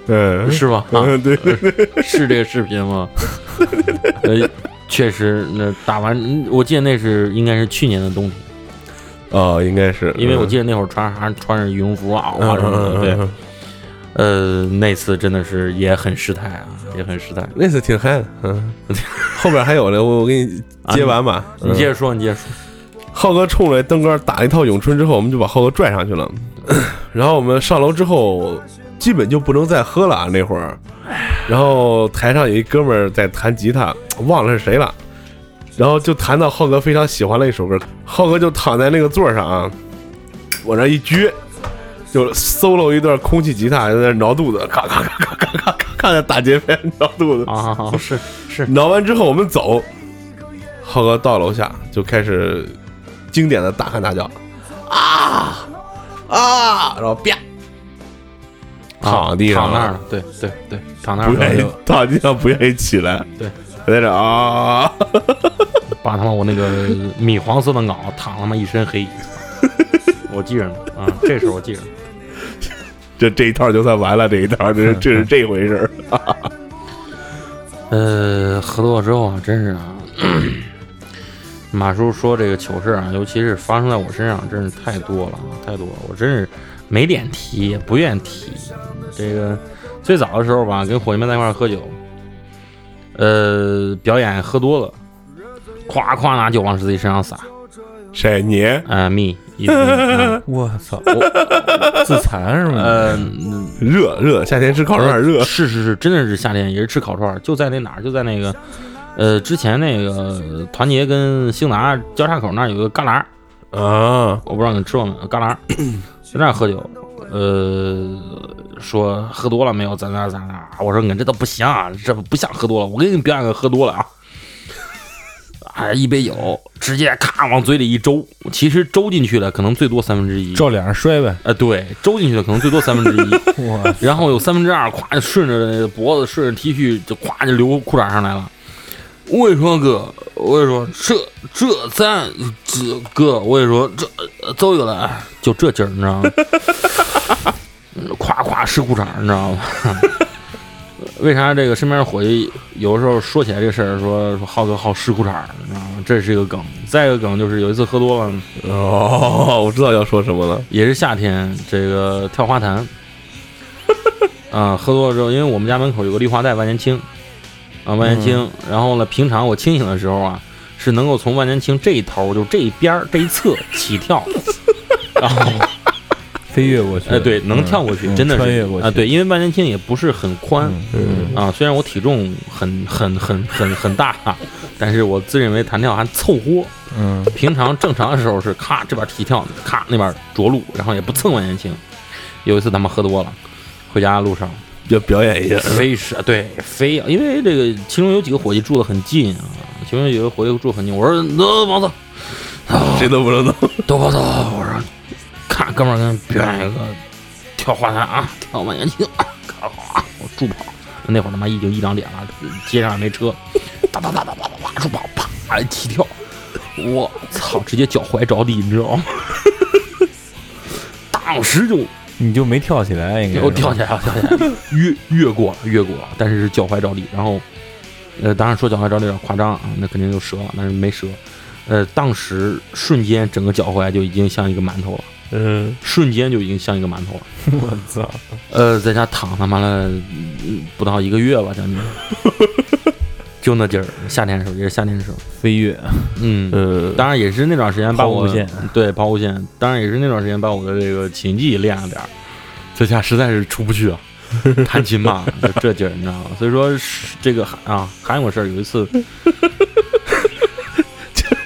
嗯，
是吗？啊，
嗯，对，
是这个视频吗？ 呃，确实，那打完，嗯我记得那是应该是去年的冬天，
哦，应该是，
因为我
嗯
记得那会儿穿还穿着羽绒服啊
嗯
啊什么的，
嗯嗯
对，
嗯
呃，那次真的是也很失态啊，也很失态。
那次挺嗨的，嗯，后边还有呢，我我给你接完吧，
你
嗯
接着说，你接着说，
浩哥冲着登高打了一套咏春之后，我们就把浩哥拽上去了。然后我们上楼之后，基本就不能再喝了啊那会儿。然后台上有一哥们儿在弹吉他，忘了是谁了。然后就弹到浩哥非常喜欢的一首歌，浩哥就躺在那个座上啊，往那一撅，就 solo 一段空气吉他，在那挠肚子，咔咔咔咔咔咔咔咔在打节拍挠肚子。
啊，好好是是，
挠完之后我们走，浩哥到楼下就开始经典的大喊大叫，啊啊，然后啪，
啊
躺地上
躺那儿
了，
了，对对对，躺那儿
不愿意
了，
躺地上不愿意起来，
对，
还在这啊，
把他妈我那个米黄色的袄淌他妈一身黑， 我记着呢啊，这事儿我记着。
这这一套就算完了，这一套这是这是这回事儿，
呃，合作之后啊，真是啊， 马叔说这个糗事啊，尤其是发生在我身上，真是太多了，啊，太多了，我真是没脸提，也不愿提。这个最早的时候吧，跟伙计们在一块儿喝酒，呃，表演喝多了，夸夸拿酒往自己身上撒，
谁你？
啊、蜜，me，嗯
我操，我自残是吗？
呃，嗯
热热，夏天吃烤串儿热，
是是是，真的是夏天也是吃烤串儿，就在那哪儿，就在那个，呃，之前那个团结跟兴达交叉口那儿有个旮旯儿，
啊，
我不知道你吃过没有，旮旯儿在那儿喝酒，呃，说喝多了没有，在那儿在那儿，我说你这都不行啊，这不想喝多了，我给你表演个喝多了啊。哎，一杯酒直接咔往嘴里一周，其实周进去了可能最多三分之一，
照脸上摔呗！
呃，对，周进去了可能最多三分之一，
我
然后有三分之二，咵就顺着那个脖子，顺着 T 恤就咵就流裤衩上来了。我跟你说哥，我跟你说这这咱这哥，我跟你说这呃都有了，就这劲儿，你知道吗？ 嗯咵咵湿裤衩，你知道吗？ 为啥这个身边伙计有的时候说起来这事儿，说说浩哥好湿裤衩儿，你知道吗？这是一个梗。再一个梗就是有一次喝多了，
哦，我知道要说什么了，
也是夏天，这个跳 花坛，啊，喝多了之后，因为我们家门口有个绿化带万年青，啊，万年青，
嗯
然后呢，平常我清醒的时候啊，是能够从万年青这一头，就这一边儿这一侧起 跳，然后
飞跃过去，
哎，对，能跳过去，
嗯
真的是
穿越过去
啊，对，因为万年青也不是很宽。
嗯，
嗯，
啊，虽然我体重很很很很很大、啊，但是我自认为弹跳还凑合，
嗯
平常正常的时候是咔这边起跳，咔那边着陆，然后也不蹭万年青。有一次他们喝多了，回家路上
要表演一下，
非是对非要，因为这个其中有几个伙计住的很近啊，其中有几个伙计住得很近，我说那王子
谁都不能动，
都跑走，我说看哥们儿跟表演一个跳花坛啊，跳万年青，咔哗，我助跑。那会儿他妈已经一两点了，街上也没车，哒哒哒哒哒哒哒助跑，啪哎起跳，我操，直接脚踝着地，你知道吗？当时就
你就没跳起来，应该是
我跳起来了，跳起来了，越越过了，越过了，但是是脚踝着地，然后，呃，当然说脚踝着地有点夸张啊，那肯定就折了，但是没折，呃，当时瞬间整个脚踝就已经像一个馒头了，
嗯，
瞬间就已经像一个馒头了，
我操！
呃，在家躺他妈了嗯不到一个月吧，将 近，就那劲儿，夏天的时候也是夏天的时候，
飞跃，
嗯，
呃，
当然也是那段时间把
抛
我
物线，
对抛物线，当然也是那段时间把我的这个琴技练了点儿，在家实在是出不 去啊，弹琴嘛，就这劲儿你知道吗？所以说是这个还啊，还有个事儿，有一 次，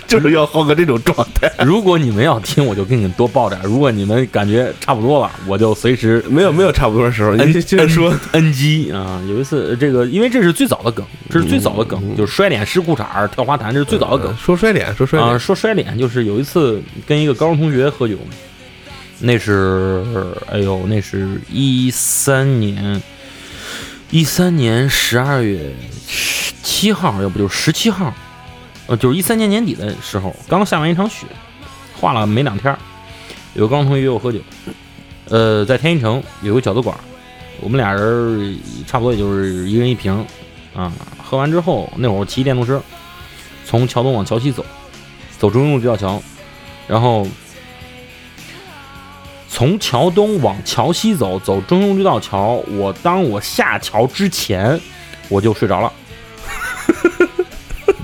就是要浩哥这种状态，
如果你们要听，我就给你们多报点儿；如果你们感觉差不多了，我就随时
没有没有差不多的时候，你接着说，
NG 啊。有一次，这个因为这是最早的梗，这是最早的梗，就是摔脸湿裤衩儿、跳花坛，这是最早的梗。
呃
说摔脸，说摔
啊、
脸，
说摔脸就是有一次跟一个高中同学喝酒，那是哎呦，那是一三年，一三年十二月十七号，要不就是十七号，呃，就是一三年年底的时候，刚下完一场雪，化了没两天儿，有个高中同学约我喝酒，呃，在天一城有个饺子馆儿，我们俩人儿差不多也就是一人一瓶啊。喝完之后，那会儿我骑电动车从桥东往桥西走，走中庸路这道桥，然后从桥东往桥西走，走中庸这道桥，我当我下桥之前我就睡着了。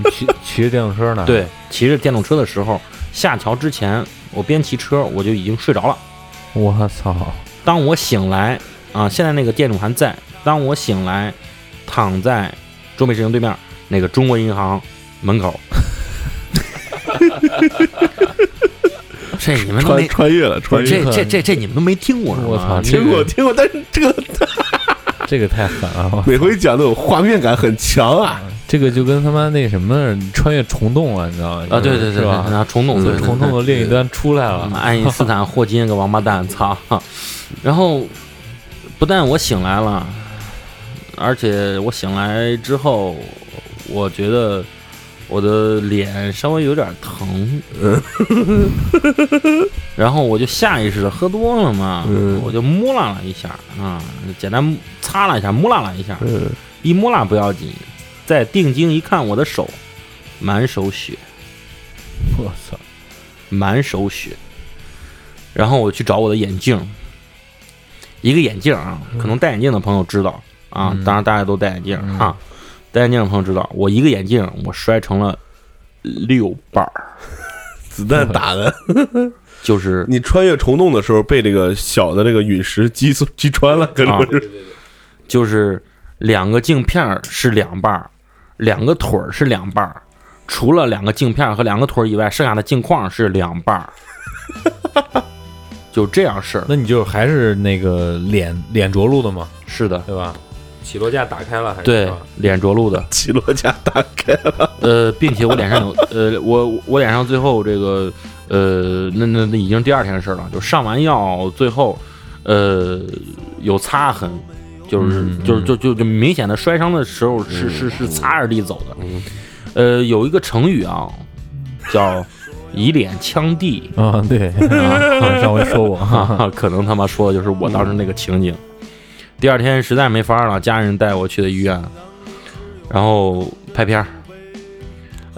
你骑骑着电动车呢？，
对，骑着电动车的时候，下桥之前，我边骑车我就已经睡着了。
我操！
当我醒来啊，现在那个店主还在。当我醒来，躺在中美之行对面那个中国银行门口。 这你们都
穿
没，
穿越了，
不
穿
是
越
这这这这你们都没听过是吗？
我操
这
听过听过，但是这个
这个太狠了！我
每回讲都有画面感很强啊，
这个就跟他妈那什么穿越虫洞了，你知道吗？
啊，对对对，
是吧？
啊，虫洞，
从
对嗯
虫洞的另一端出来了，
爱因斯坦、霍金那个王八蛋，操！然后不但我醒来了，而且我醒来之后，我觉得我的脸稍微有点 疼，然后我就下意识的喝多了嘛，
嗯
我就摸拉了一下啊，简单擦了一下，摸拉了一下，
嗯，
哎
一摸拉不要紧，再定睛一看，我的手满手血。
我操！
满手血。然后我去找我的眼镜，一个眼镜啊，可能戴眼镜的朋友知道啊，
嗯
当然大家都戴眼镜
嗯
啊，戴眼镜的朋友知道，我一个眼镜我摔成了六瓣儿，
子弹打的。
就是
你穿越虫洞的时候被这个小的这个陨石击碎击穿了，可能是
啊就是两个镜片儿是两瓣儿，两个腿儿是两瓣儿，除了两个镜片儿和两个腿儿以外，剩下的镜框是两瓣儿， 就这样式儿。
那你就还是那个脸脸着陆的嘛，
是的，
对吧？起落架打开了，还
对，脸着陆的。
起落架打开了。
呃，并且我脸上有呃，我我脸上最后这个呃，那那那已经是第二天的事儿了，就上完药最后呃有擦痕，就是、
嗯
就是就就就明显的摔伤的时候是、是是擦着地走的。呃，有一个成语啊，叫以脸呛地。
啊，对，啊上回说过
哈
啊，
哈，可能他妈说的就是我当时那个情景。第二天实在没法了，家人带我去的医院，然后拍片儿。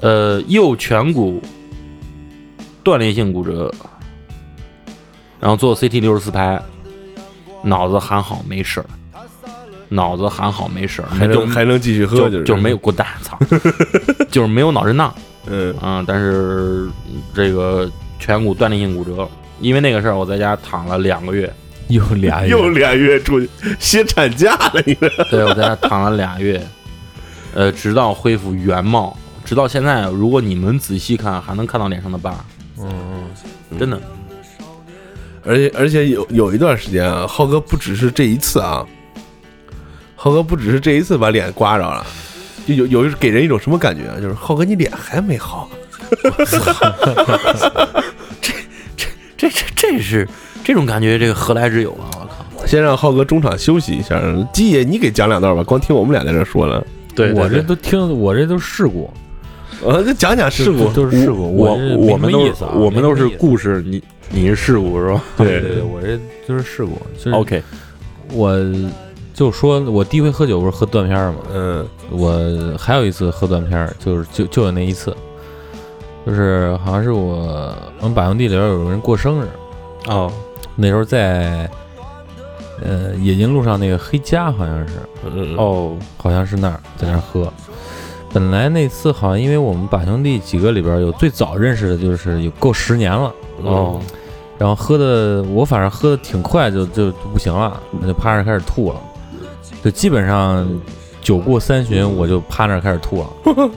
呃，右颧骨断裂性骨折，然后做 CT 六十四拍，脑子还好没事儿，脑子还好没事儿，
还
就
能还能继续喝，
就是就没有滚蛋，操， 就是没有脑震荡。
嗯
啊，但是这个颧骨断裂性骨折，因为那个事儿，我在家躺了两个 月。
又俩
又俩月出去歇产假了，你这
对，我在家躺了俩月，呃，直到恢复原貌，直到现在，如果你们仔细看，还能看到脸上的疤，
嗯
真的。
而且而且有有一段时间啊，浩哥不只是这一次啊，浩哥不只是这一次把脸刮着了，就有有一给人一种什么感觉啊？就是浩哥你脸还没好，
这这这是这种感觉，这个何来之有啊！我靠，
先让浩哥中场休息一下。季爷，你给讲两段吧，光听我们俩在这说了，
嗯，我这都听，我这都是事故，
呃，就讲讲事故
都是事故，
我
这
我们
没什
都
么意
是
思啊
我们都是
没什么意思
故事，你你是事故是吧
对对对，我这就是事故，就是
？OK，
我就说，我第一回喝酒不是喝断片儿吗？
嗯
我还有一次喝断片儿，就是就就有那一次，就是好像是我我们板兄弟里边有人过生日，
哦，
那时候在呃冶金路上那个黑家好像是，
嗯
哦，
好像是那儿在那儿喝。本来那次好像因为我们板兄弟几个里边有最早认识的就是有够十年了，
哦，
然后喝的我反正喝的挺快就就就不行了，我就趴那儿开始吐了，就基本上酒过三巡我就趴那儿开始吐了，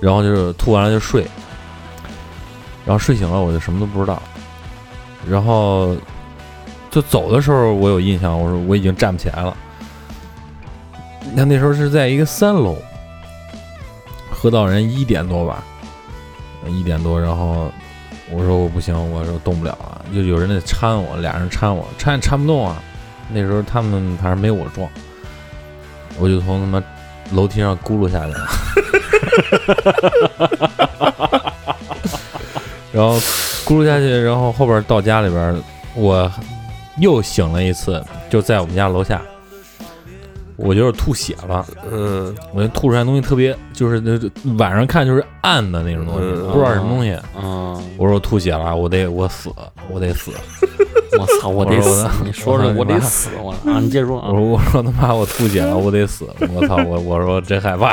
然后就是吐完了就睡，然后睡醒了我就什么都不知道，然后就走的时候我有印象，我说我已经站不起来了。那那时候是在一个三楼，喝到人一点多吧，一点多，然后我说我不行，我说动不了了，就有人得搀我，俩人搀我，搀也搀不动啊。那时候他们反正没我壮，我就从他妈楼梯上轱辘下去了， 然后轱咕噜下去，然后后边到家里边，我又醒了一次，就在我们家楼下，我就是吐血了，
嗯
我就吐出来东西特别，就是那晚上看就是暗的那种东西，
嗯
不知道是什么东西。
嗯，
我说我吐血了，我得我死，我得死。
我操，我得死！你说说，我得死！我啊，你接着说
我说
啊。
我说他妈我吐血了，我得死！我操！我我说真害怕。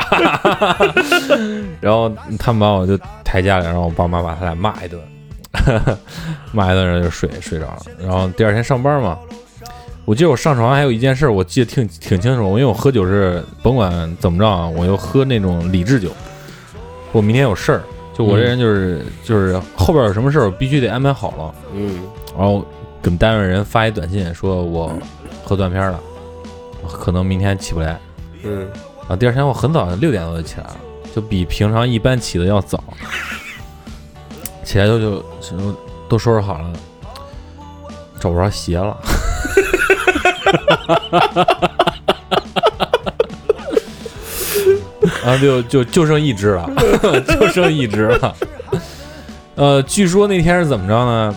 然后他们把我就抬家里，然后我爸妈把他俩骂一顿， 骂一顿，然后就睡睡着了。然后第二天上班嘛，我记得我上床还有一件事，我记得挺挺清楚，因为我喝酒是甭管怎么着啊，我又喝那种理智酒。我明天有事儿，就我这人就是、就是后边有什么事儿，我必须得安排好了。
嗯，
然后跟单位人发一短信说我喝断片了，我可能明天起不来。
嗯，
啊，第二天我很早六点多就起来了，就比平常一般起的要早。起来就就就都收拾好了，找不着鞋了。 然后啊就就就剩一只了， 就剩一只了。呃，据说那天是怎么着呢？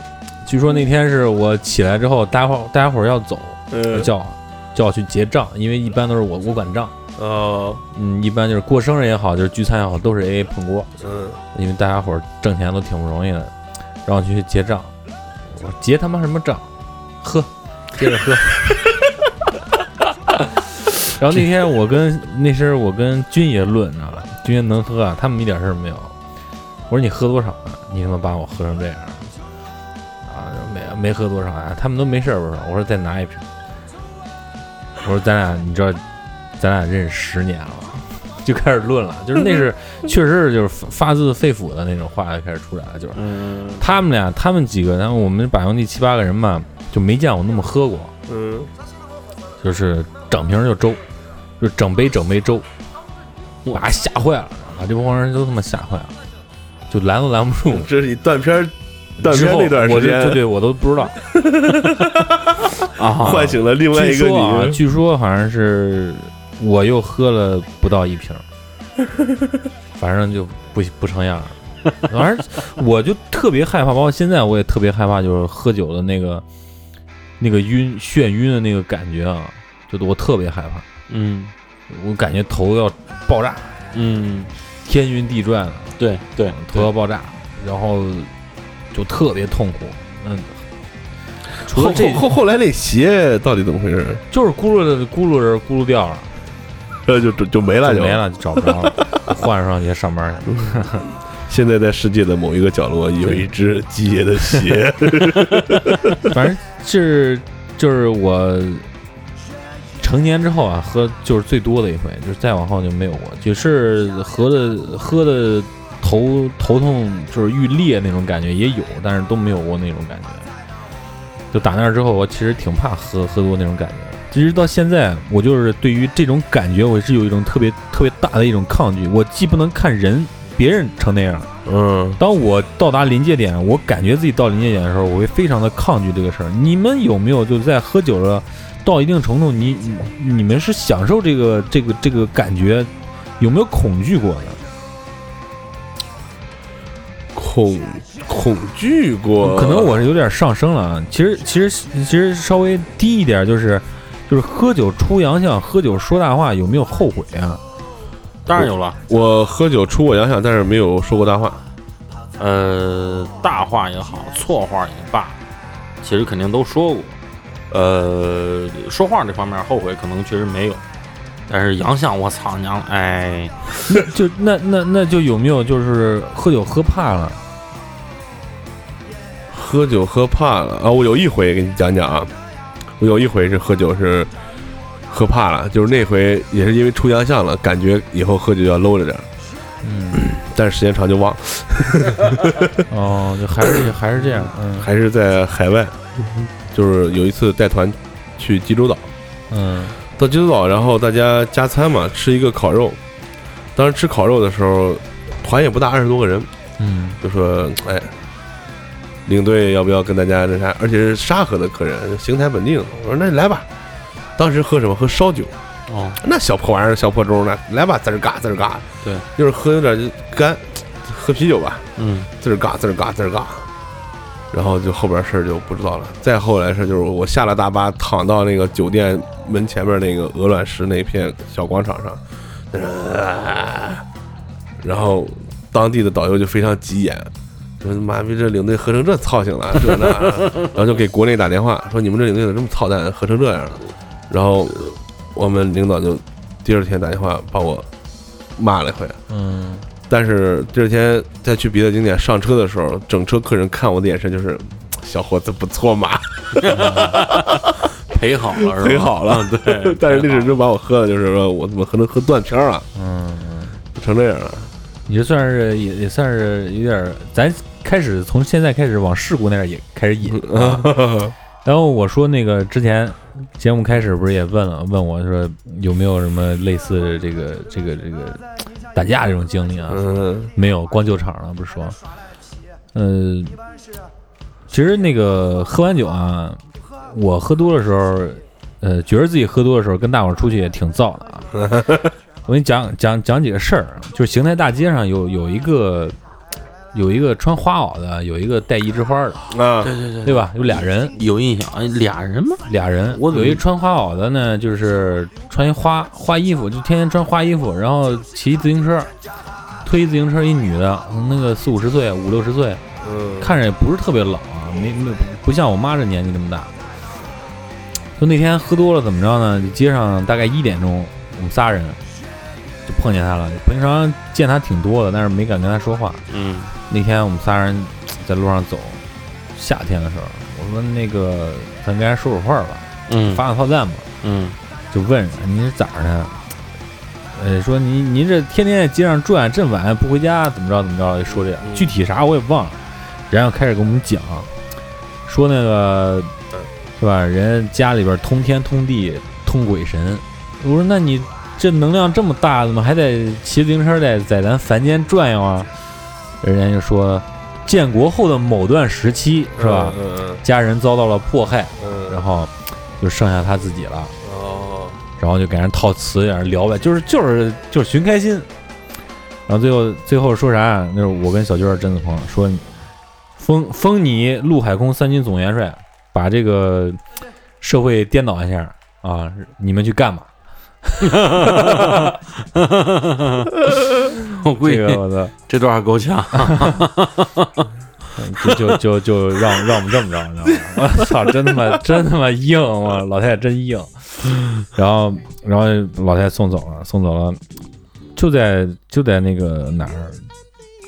据说那天是我起来之后，大家伙大家伙儿要走，就
嗯
叫我叫我去结账，因为一般都是我我管账。
哦，
嗯，一般就是过生日也好，就是聚餐也好，都是 A A 碰锅，
嗯
因为大家伙儿挣钱都挺不容易的，让我去结账，我说结他妈什么账？喝，接着喝。 然后那天我跟那时候我跟军爷论，你知道吧？军爷能喝啊，他们一点事儿没有。我说你喝多少啊？你他妈把我喝成这样啊？啊，没没喝多少啊？他们都没事儿不是？我说再拿一瓶。我说咱俩你知道，咱俩认识十年了，就开始论了，就是那是确实是就是发自肺腑的那种话就开始出来了，就是
嗯
他们俩他们几个，然后我们百分地七八个人吧，就没见我那么喝过，
嗯，
就是整瓶儿就粥，就整杯整杯粥，把他吓坏了，把这帮人都他妈吓坏了，就拦都拦不住。
这是你断片儿断
之
片
后
儿那段
我
时
就就
间，
对我都不知道。
啊
唤醒了另外
据
一个
说啊，
你，
据说好像是我又喝了不到一瓶儿， 反正就不不成样儿。反正我就特别害怕，包括现在我也特别害怕，就是喝酒的那个那个晕眩晕的那个感觉啊，就我特别害怕，
嗯
我感觉头要爆炸，
嗯，
天晕地转的，
对对，
头要爆炸，然后就特别痛苦。嗯，除了
后
这
后后后来那鞋到底怎么回事？
就是咕噜的咕噜着咕噜掉了。
呃，就就就没了，
就
就
没。了，就找不着了，换上去上班去了。
现在在世界的某一个角落，有一只季爷的鞋。
反正是就是我成年之后啊，喝就是最多的一回，就是再往后就没有过，只是喝的喝的头头痛就是欲裂那种感觉也有，但是都没有过那种感觉。就打那之后，我其实挺怕喝喝多那种感觉。其实到现在，我就是对于这种感觉，我是有一种特别特别大的一种抗拒。我既不能看人别人成那样，
嗯
当我到达临界点，我感觉自己到临界点的时候，我会非常的抗拒这个事儿。你们有没有就在喝酒了到一定程度，你你你们是享受这个这个这个感觉，有没有恐惧过的？
恐恐惧过，
可能我是有点上升了啊。其实其实其实稍微低一点就是就是喝酒出洋相，喝酒说大话，有没有后悔啊？
当然有了。
我喝酒出过洋相，但是没有说过大话。
呃，大话也好，错话也罢，其实肯定都说过。呃，说话这方面后悔可能确实没有，但是洋相，我操娘，哎，
就那那那就有没有就是喝酒喝怕了？
喝酒喝怕了啊！我有一回给你讲讲啊，我有一回是喝酒是喝怕了，就是那回也是因为出洋相了，感觉以后喝酒要搂着点儿，
嗯，
但是时间长就忘了。
哦，就还是还是这样，嗯
还是在海外，就是有一次带团去济州岛，
嗯
到济州岛，然后大家加餐嘛，吃一个烤肉。当时吃烤肉的时候，团也不大，二十多个人，
嗯
就说：“哎，领队要不要跟大家那啥？而且是沙河的客人，邢台本地的。”我说：“那来吧。”当时喝什么？喝烧酒。
哦，
那小破玩意儿，小破盅呢？来吧，滋儿嘎滋儿嘎。
对，
就是喝有点就干，喝啤酒吧。
嗯
滋儿嘎滋儿嘎滋儿嘎。然后就后边事儿就不知道了。再后来事儿就是我下了大巴，躺到那个酒店门前面那个鹅卵石那片小广场上，呃然后当地的导游就非常急眼，说妈逼这领队喝成这操性了，这那， 然后就给国内打电话说你们这领队怎么这么操蛋，喝成这样了。然后我们领导就第二天打电话把我骂了一回，
嗯，
但是第二天再去别的景点上车的时候，整车客人看我的眼神就是，小伙子不 错嘛，
赔好了，
嗯
嗯
忒好了。
对
但是那时就把我喝的，就是说我怎么可能喝断片儿了？嗯，成这样了。
你这算是也也算是有点儿，咱开始从现在开始往事故那儿也开始引。啊然后我说那个之前节目开始不是也问了，问我说有没有什么类似这个这个这个打架这种经历啊？
嗯，
没有，光救场了，不是说，呃，其实那个喝完酒啊，我喝多的时候，呃，觉得自己喝多的时候跟大伙儿出去也挺燥的啊。我给你讲讲讲几个事儿，啊就是邢台大街上有有一个有一个穿花袄的，有一个戴一枝花的，
啊，
对对
对
对，
吧？有俩人，
有印象，哎，俩人吗？
俩人，
我怎
有
么
一穿花袄的呢，就是穿一花花衣服，就天天穿花衣服，然后骑自行车，推自行车一女的，那个四五十岁、五六十岁，
嗯，
看着也不是特别老啊，没没不像我妈这年纪这么大。就那天喝多了怎么着呢？就街上大概一点钟，我们仨人就碰见她了。平常见她挺多的，但是没敢跟她说话。
嗯，
那天我们仨人在路上走，夏天的时候，我说那个咱跟人说会儿话吧，
嗯
发发炮弹吧。
嗯，
就问人您是咋的？呃，说您您这天天在街上转，这么晚不回家，怎么着怎么着？说这样具体啥我也忘了，然后开始给我们讲，说那个是吧？人家家里边通天通地通鬼神。我说那你这能量这么大，怎么还得骑自行车在在咱凡间转悠啊？人家就说，建国后的某段时期是吧？
嗯
家人遭到了迫害，
嗯，
然后就剩下他自己了。
哦，
然后就给人套词，在那聊呗，就是就是就是寻开心。然后最后最后说啥？就是我跟小娟儿真的朋友说，封封你陆海空三军总元帅，把这个社会颠倒一下啊！你们去干吧。
我估
嗯这
计
个我的
这段够呛，
就就就就让让我们这么着，你知道吗？ 我操，真他妈真他妈硬，我老太太真硬。然后然后老太太送走了，送走了，就在就在那个哪儿，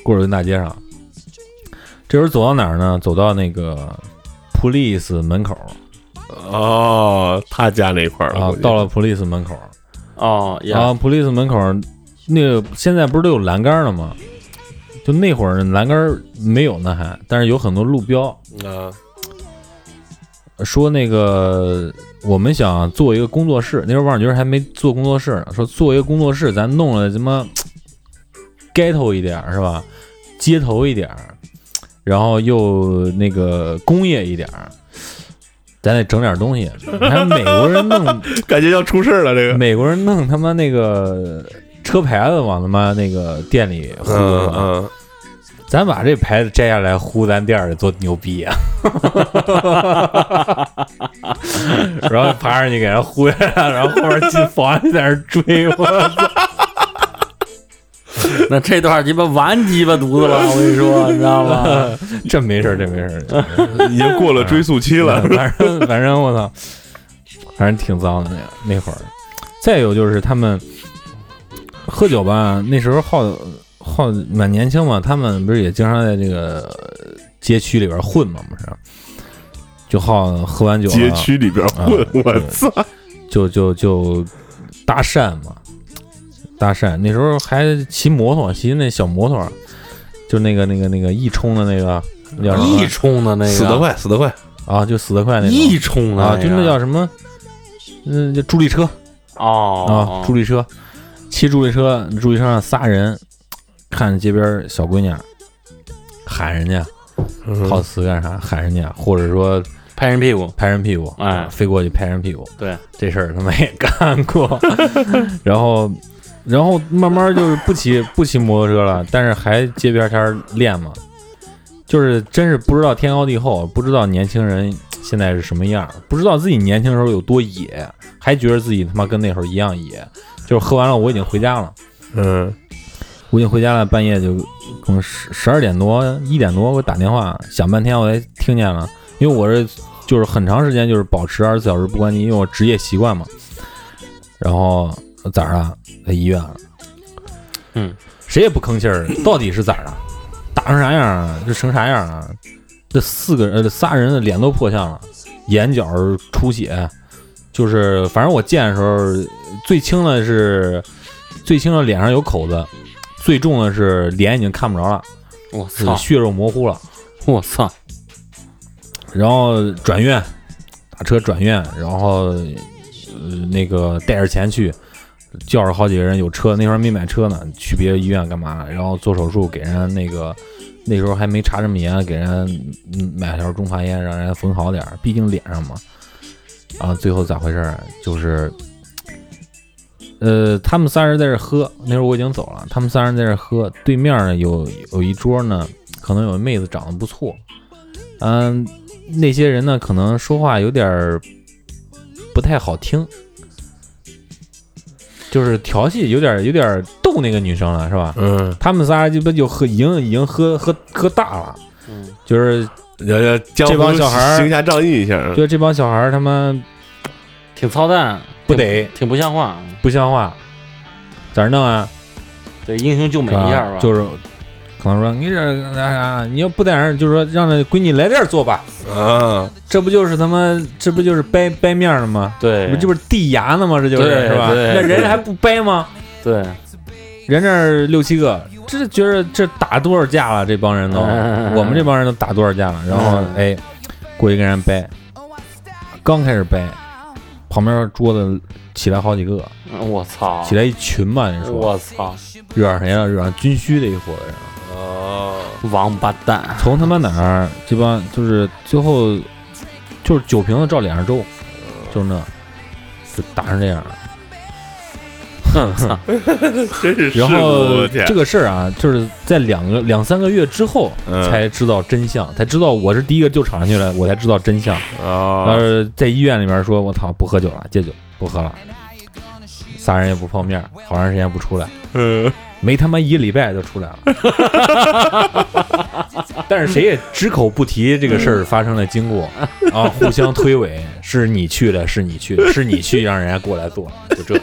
过伦大街上。这时候走到哪儿呢？走到那个 police 门口
哦，他家那块儿
啊，到了 police 门口，
哦，
然后 police 门口那个现在不是都有栏杆了吗？就那会儿栏杆没有呢还，但是有很多路标，
啊，
说那个我们想做一个工作室，那时候王小军还没做工作室呢，说做一个工作室，咱弄了什么 ghetto 一点儿是吧？街头一点儿，然后又那个工业一点儿，咱得整点儿东西。你看美国人弄
感觉要出事儿了，这个，
美国人弄他妈那个车牌子往他妈那个店里啊糊是
嗯
吧，
嗯，
咱把这牌子摘下来糊咱店儿里多牛逼啊！然后爬上去给人呼下来，然后后面进房就在那儿追我，
那这段鸡巴完鸡巴犊子了，我跟 你说，你知道吗？
这没事儿，这没事儿，
已经过了追溯期了，
反正反正我操，反正挺脏的那那会儿。再有就是他们喝酒吧，那时候好好蛮年轻嘛，他们不是也经常在这个街区里边混嘛，不是，就好喝完酒啊
街区里边混，
啊
我
对
操，
就就就搭讪嘛，搭讪。那时候还骑摩托，骑那小摩托，就那个那个那个一冲的那个那叫什么
啊一冲的那个，
死得快，死得快，
啊？就死得快那
一
种
冲的
啊，
个
就那叫什么？嗯，叫助力车啊
哦，，
助力车，骑助力车，助力车上仨人，看街边小闺女儿喊人家
嗯
套词干啥？喊人家，或者说
拍人屁股，
拍人屁股，啊
哎
飞过去拍人屁股，
对，
这事儿他们也干 过，然后，然后慢慢就是不骑不骑摩托车了，但是还街边摊儿练嘛，就是真是不知道天高地厚，不知道年轻人现在是什么样儿，不知道自己年轻时候有多野，还觉得自己他妈跟那会儿一样野。就是喝完了，我已经回家了，
嗯，
我已经回家了，半夜就可能十十二点多、一点多给我打电话，响半天我才听见了，因为我是就是很长时间就是保持二十四小时不关机，因为我职业习惯嘛。然后咋儿了？在医院了。
嗯，
谁也不吭气儿，到底是咋儿了？打成啥样啊？这成啥样啊？这四个人呃仨人的脸都破相了，眼角出血，就是反正我见的时候最轻的是最轻的脸上有口子，最重的是脸已经看不着了，
我
是
操，
血肉模糊了。
我操，
然后转院，打车转院，然后呃那个带着钱去，叫着好几个人有车，那时候还没买车呢，去别的医院干嘛？然后做手术给人家那个那时候还没查这么严，给人家嗯买条中华烟，让人家缝好点儿，毕竟脸上嘛。啊，最后咋回事儿？就是，呃，他们仨人在这儿喝，那时候我已经走了，他们仨人在这儿喝，对面呢有有一桌呢，可能有妹子长得不错，嗯，那些人呢，可能说话有点儿不太好听，就是调戏，有点儿有点儿逗那个女生了，是吧？
嗯，
他们仨鸡巴就喝，已经已经喝喝喝大了，
嗯，
就是
要要江
这
湖
帮小孩儿
行侠仗义一下，
觉得这帮小孩儿他妈
挺操蛋，
不得
挺不像话，
不像话，咋弄啊？
对，英雄救美
是吧
一下吧，
就是可能说你这那啥，你要不在那儿，就是说让那闺女来这儿坐吧，
啊，
这不就是他妈这不就是掰掰面儿了吗？
对
这不是递牙呢吗？这就是
对
是吧？
对
那人还不掰吗？
对，
人这儿六七个，这觉着这打多少架了？这帮人 都，
嗯
我们这帮人都打多少架了？然后
嗯
哎，过去跟人掰，刚开始掰，旁边桌子起来好几个，
嗯我操，
起来一群吧，你说
我操，
惹上谁了？惹上军需的一伙人了，
王八 蛋，
从他妈哪儿这帮就是最后就是酒瓶子照脸上周，就是那，就打成这样了。嗯
真是世
然
故，
后
我天
这，个事儿啊，就是在两个两三个月之后
嗯
才知道真相，才知道我是第一个救场上去了，我才知道真相。
啊，
呃，在医院里面说，我操，不喝酒了，戒酒，不喝了，仨人也不碰面，好长时间不出来，
嗯，
没他妈一个礼拜就出来了。 但是谁也只口不提这个事儿发生的经过啊，互相推诿，是你去的，是你去的，是你去让人家过来做，就这。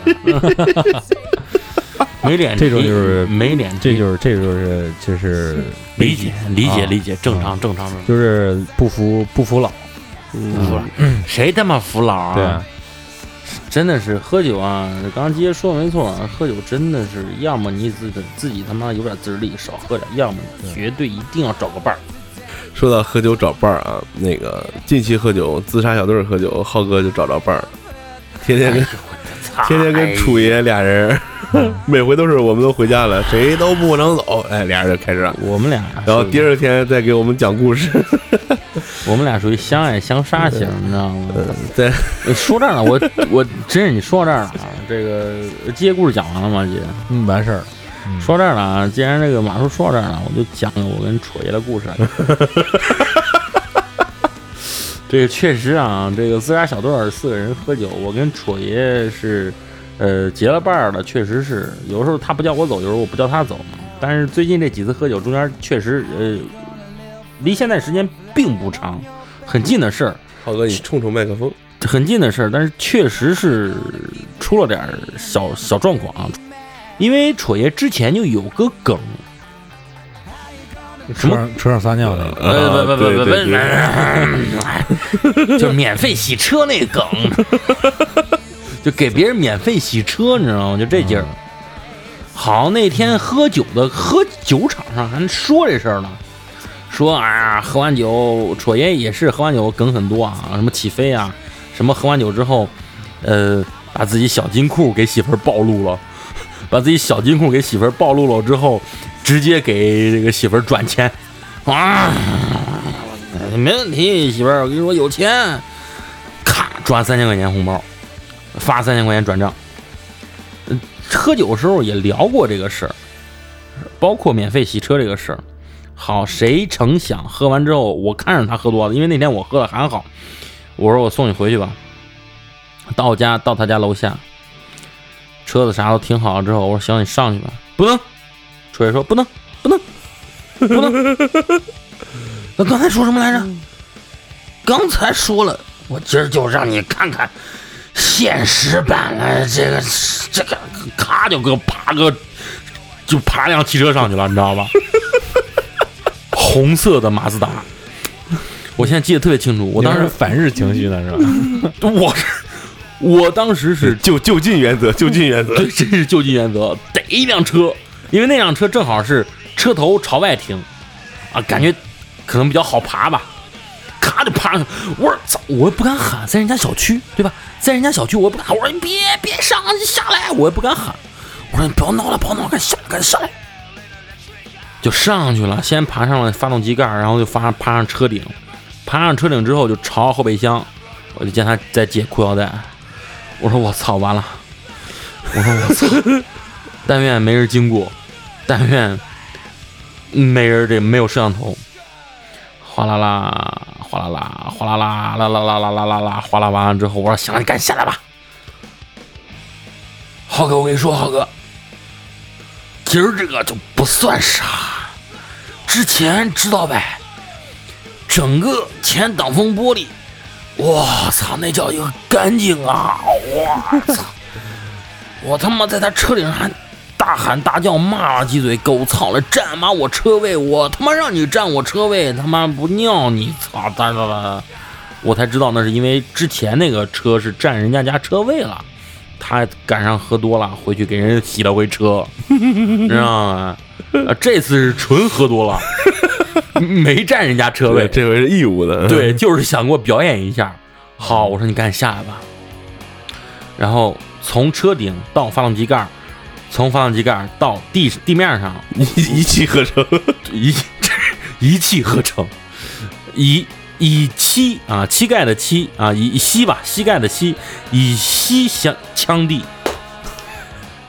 没脸提，
这种就是
没脸提，
这就是，这就是，这是
理解理解
啊
理解，正常正常正常
就是不服不服老，
服了，谁他妈服老啊？
对啊，
真的是喝酒啊！刚刚杰说没错啊，喝酒真的是要么你自己自己他妈有点自制力，少喝点；要么你绝对一定要找个伴儿。
说到喝酒找伴儿啊，那个近期喝酒自杀小队儿喝酒，浩哥就找着伴儿，天天跟
操
天天
哎
跟楚爷俩人儿， 每回都是我们都回家了，谁都不能走，哎，俩人就开始了。
我们俩，
然后第二天再给我们讲故事，
我们俩属于相爱相杀型，你知道吗？
在
呃说这儿了，我我真是你说到这儿了啊！这个杰故事讲完了吗？杰
嗯，完事儿了。
说到这儿了啊！既然这个马叔说到这儿了，我就讲个我跟楚爷的故事。啊 这个确实啊，这个自杀小队儿四个人喝酒，我跟楚爷是，呃，结了伴儿了，确实是。有时候他不叫我走，有时候我不叫他走嘛。但是最近这几次喝酒中间，确实呃，离现在时间并不长，很近的事儿，
浩哥你冲冲麦克风，
很近的事儿，但是确实是出了点儿小小状况啊。因为楚爷之前就有个梗，什么
车上撒尿那个，
啊
不不不
对
不不
对对
就免费洗车那梗，就给别人免费洗车，你知道吗？就这劲
嗯
儿。好，那天喝酒的喝酒场上还说这事儿呢，说啊，喝完酒，楚爷也是喝完酒梗很多啊，什么起飞啊，什么喝完酒之后，呃，把自己小金库给媳妇儿暴露了，把自己小金库给媳妇儿暴露了之后，直接给这个媳妇儿转钱，啊，没问题，媳妇儿，我跟你说有钱，咔转三千块钱红包，发三千块钱转账。嗯喝酒时候也聊过这个事儿，包括免费洗车这个事儿。好，谁成想喝完之后，我看着他喝多了，因为那天我喝的还好，我说我送你回去吧。到我家到他家楼下，车子啥都停好了之后，我说行，你上去吧。不能，锤说不能，不能，不能。 那刚才说什么来着？刚才说了，我今儿就让你看看现实版的这个这个，咔就给我爬个就爬辆汽车上去了，你知道吧？ 红色的马自达，我现在记得特别清楚。我
我
当
当时
时，
反日情绪呢， 是吧？
我是，我当时是
就就近原则，就近原则。
对，真是就近原则，逮一辆车，因为那辆车正好是车头朝外停，啊，感觉可能比较好爬吧，咔就爬上去。我说操，我也不敢喊，在人家小区，对吧？在人家小区，我也不敢喊。我说你别别上，啊你下来，我也不敢喊。我说你不要闹了，不要闹了，赶紧下来，赶紧下来。就上去了，先爬上了发动机盖，然后就发爬上车顶，爬上车顶之后就朝后备箱，我就见他在解裤腰带，我说我操，完了。我说我操，但愿没人经过，但愿没人这没有摄像头。哗啦啦，哗啦啦，哗啦啦啦啦啦啦啦啦啦，哗啦完了之后，我说行了，你赶紧下来吧。浩哥，我跟你说，浩哥，今儿这个就不算啥，之前知道呗，整个前挡风玻璃，我操，那叫一个干净啊！我操。我他妈在他车顶上还大喊大叫骂了几嘴，狗操了，占妈我车位，我他妈让你占我车位，他妈不尿你，操哒哒哒！我才知道那是因为之前那个车是占人家家车位了，他赶上喝多了，回去给人洗了回车，知道吗？啊，这次是纯喝多了，没占人家车位
对，，这回是义务的。
对，就是想给我表演一下。好，我说你赶紧下来吧。然后从车顶到发动机盖儿，从发动机盖儿到地地面上，
一一气呵成。
一一气呵成，以以膝啊膝盖的膝啊以以膝吧膝盖的膝以膝相枪地，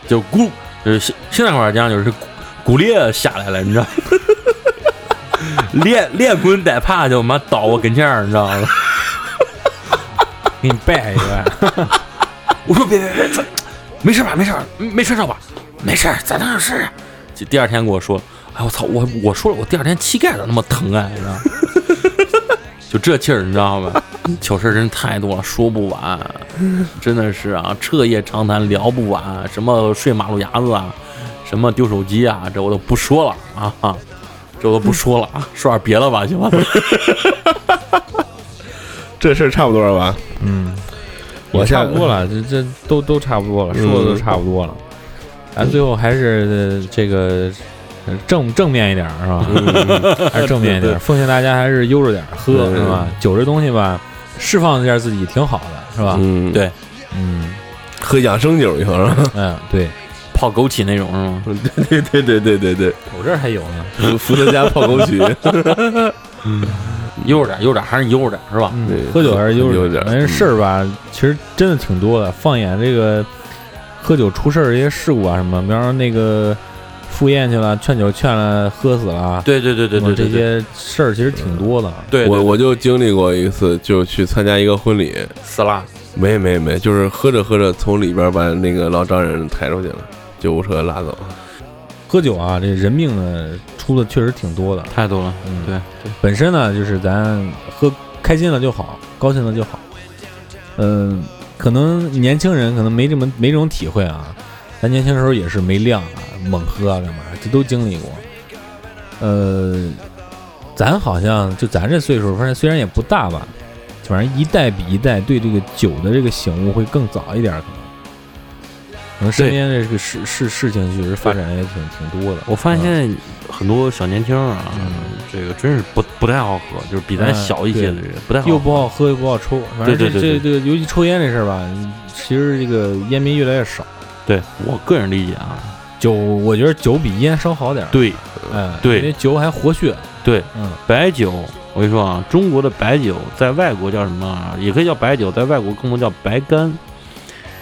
就咕呃现现在话讲就是骨骨裂下来了，你知道吗？ 练练滚带爬就妈倒我跟前儿，你知道吗？
给你拜一拜。
我说别别别，咱没事吧？没事吧？嗯没摔着吧？没事儿，咱能有事儿。啊就第二天跟我说，哎我操，我我说了，我第二天膝盖咋那么疼啊？你知道吗？ 就这气儿，你知道吗？糗事儿真太多了，说不完，真的是啊，彻夜长谈聊不完，什么睡马路牙子啊，什么丢手机啊，这我都不说了啊啊，这我都不说了啊，说点别的吧，行吧？
这事儿差不多了吧？
嗯，
我
也差
下
不多了，这这都都差不多了，说的都差不多了。咱最后还是呃这个呃正正面一点儿是吧？ 还是正面一点儿，奉劝大家还是悠着点儿喝
对
是吧？酒这东西吧，释放一下自己挺好的是吧？
嗯，
啊对
嗯
喝养生酒以后 是吧？
嗯，对，
泡枸杞那种是吗？
对对对对对对
我这儿还有呢。
对，伏特加泡枸杞。
悠着点，悠着点，还是悠着点，是吧？
嗯
对
喝酒还是悠
悠
着
着
点，
点
嗯
但是事儿吧，其实真的挺多的。放眼这个喝酒出事儿这些事故啊，什么，比方说那个赴宴去了，劝酒劝了，喝死了啊，
对对对对对
这
对，
些事儿其实挺多的。
对
我我就经历过一次，就去参加一个婚礼，
死了。
没没没，就是喝着喝着从里边把那个老丈人抬出去了，救护车拉走了。
喝酒啊，这人命呢出的确实挺多的。
太多了，
嗯，
对
本身呢就是咱喝开心了就好，高兴了就好。嗯、可能年轻人可能没这么没这种体会啊，咱年轻时候也是没量啊，猛喝啊干嘛，这都经历过。呃，咱好像就咱这岁数，反正虽然也不大吧，反正一代比一代对这个酒的这个醒悟会更早一点儿，可能。可能身
对
边的这个事事事情确实发展也挺挺多的。
我发
嗯
现现在很多小年轻啊，这个真是不不太好喝，就是比咱小一些的人嗯不太好喝，
又不好喝又不好抽，反
对
正
对
这
对
这这，尤其抽烟这事儿吧，其实这个烟民越来越少。
对我个人理解啊，
酒，我觉得酒比烟稍好点儿，
对
哎，
对
因为酒还活血，
对，
嗯，
白酒，我跟你说啊，中国的白酒在外国叫什么啊？也可以叫白酒，在外国更多叫白干。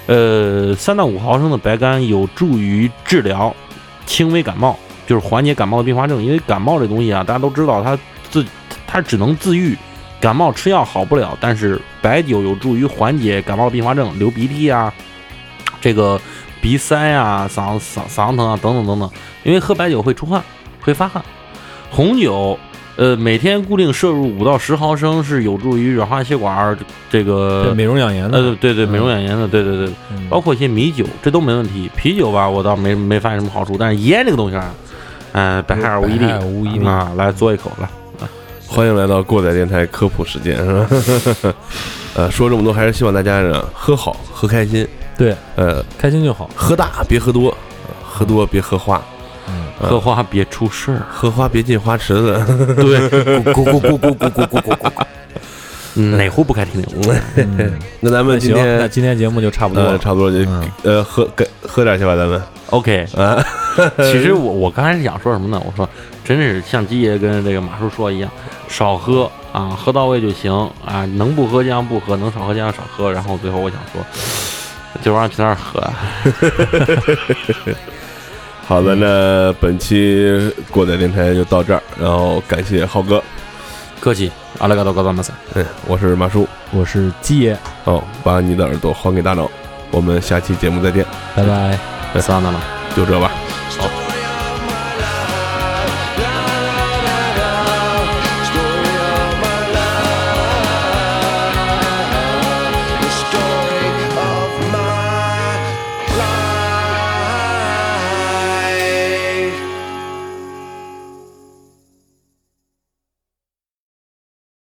呃，三到五毫升的白干有助于治疗轻微感冒，就是缓解感冒的并发症。因为感冒这东西啊，大家都知道，它自它只能自愈，感冒吃药好不了，但是白酒有助于缓解感冒的并发症，流鼻涕啊，这个鼻塞啊、嗓嗓嗓子疼啊等等等等。因为喝白酒会出汗，会发汗。红酒，呃，每天固定摄入五到十毫升是有助于软化血管儿这
对
个。
美容养颜
呃，
的，
对对，美容
嗯
养颜的，对对对，
嗯
包括一些米酒，这都没问题。啤酒吧，我倒没没发现什么好处，但是烟这个东西啊，呃，百害而无一利
百害无一利嗯
啊！来嘬一口来，
欢迎来到过载电台科普时间，是吧？ 呃，说这么多，还是希望大家呢喝好，喝开心，
对，
呃，
开心就好。
喝大别喝多，呃喝多别喝花，
嗯，
嗯
喝花别出事儿。
喝花别进花池子。
咕咕咕咕咕咕咕咕咕。
哪壶不开提哪壶。
嗯
那咱们今
行，那
天
今天节目就差不多
呃
了。
差不多就
嗯
呃喝给喝点去吧，咱们
OK，
啊，
其实我我刚开始想说什么呢？我说，真是像鸡爷跟这个马叔说一样，少喝啊，喝到位就行啊，能不喝尽量不喝，能少喝尽量少喝。然后最后我想说，就让去那儿喝啊。
好的，那本期过载电台就到这儿，然后感谢浩哥，
客气，阿拉嘎多嘎多马塞，
嗯，我是马叔，
我是鸡爷，
哦，把你的耳朵还给大脑，我们下期节目再见，
拜拜。
三了。
就这吧。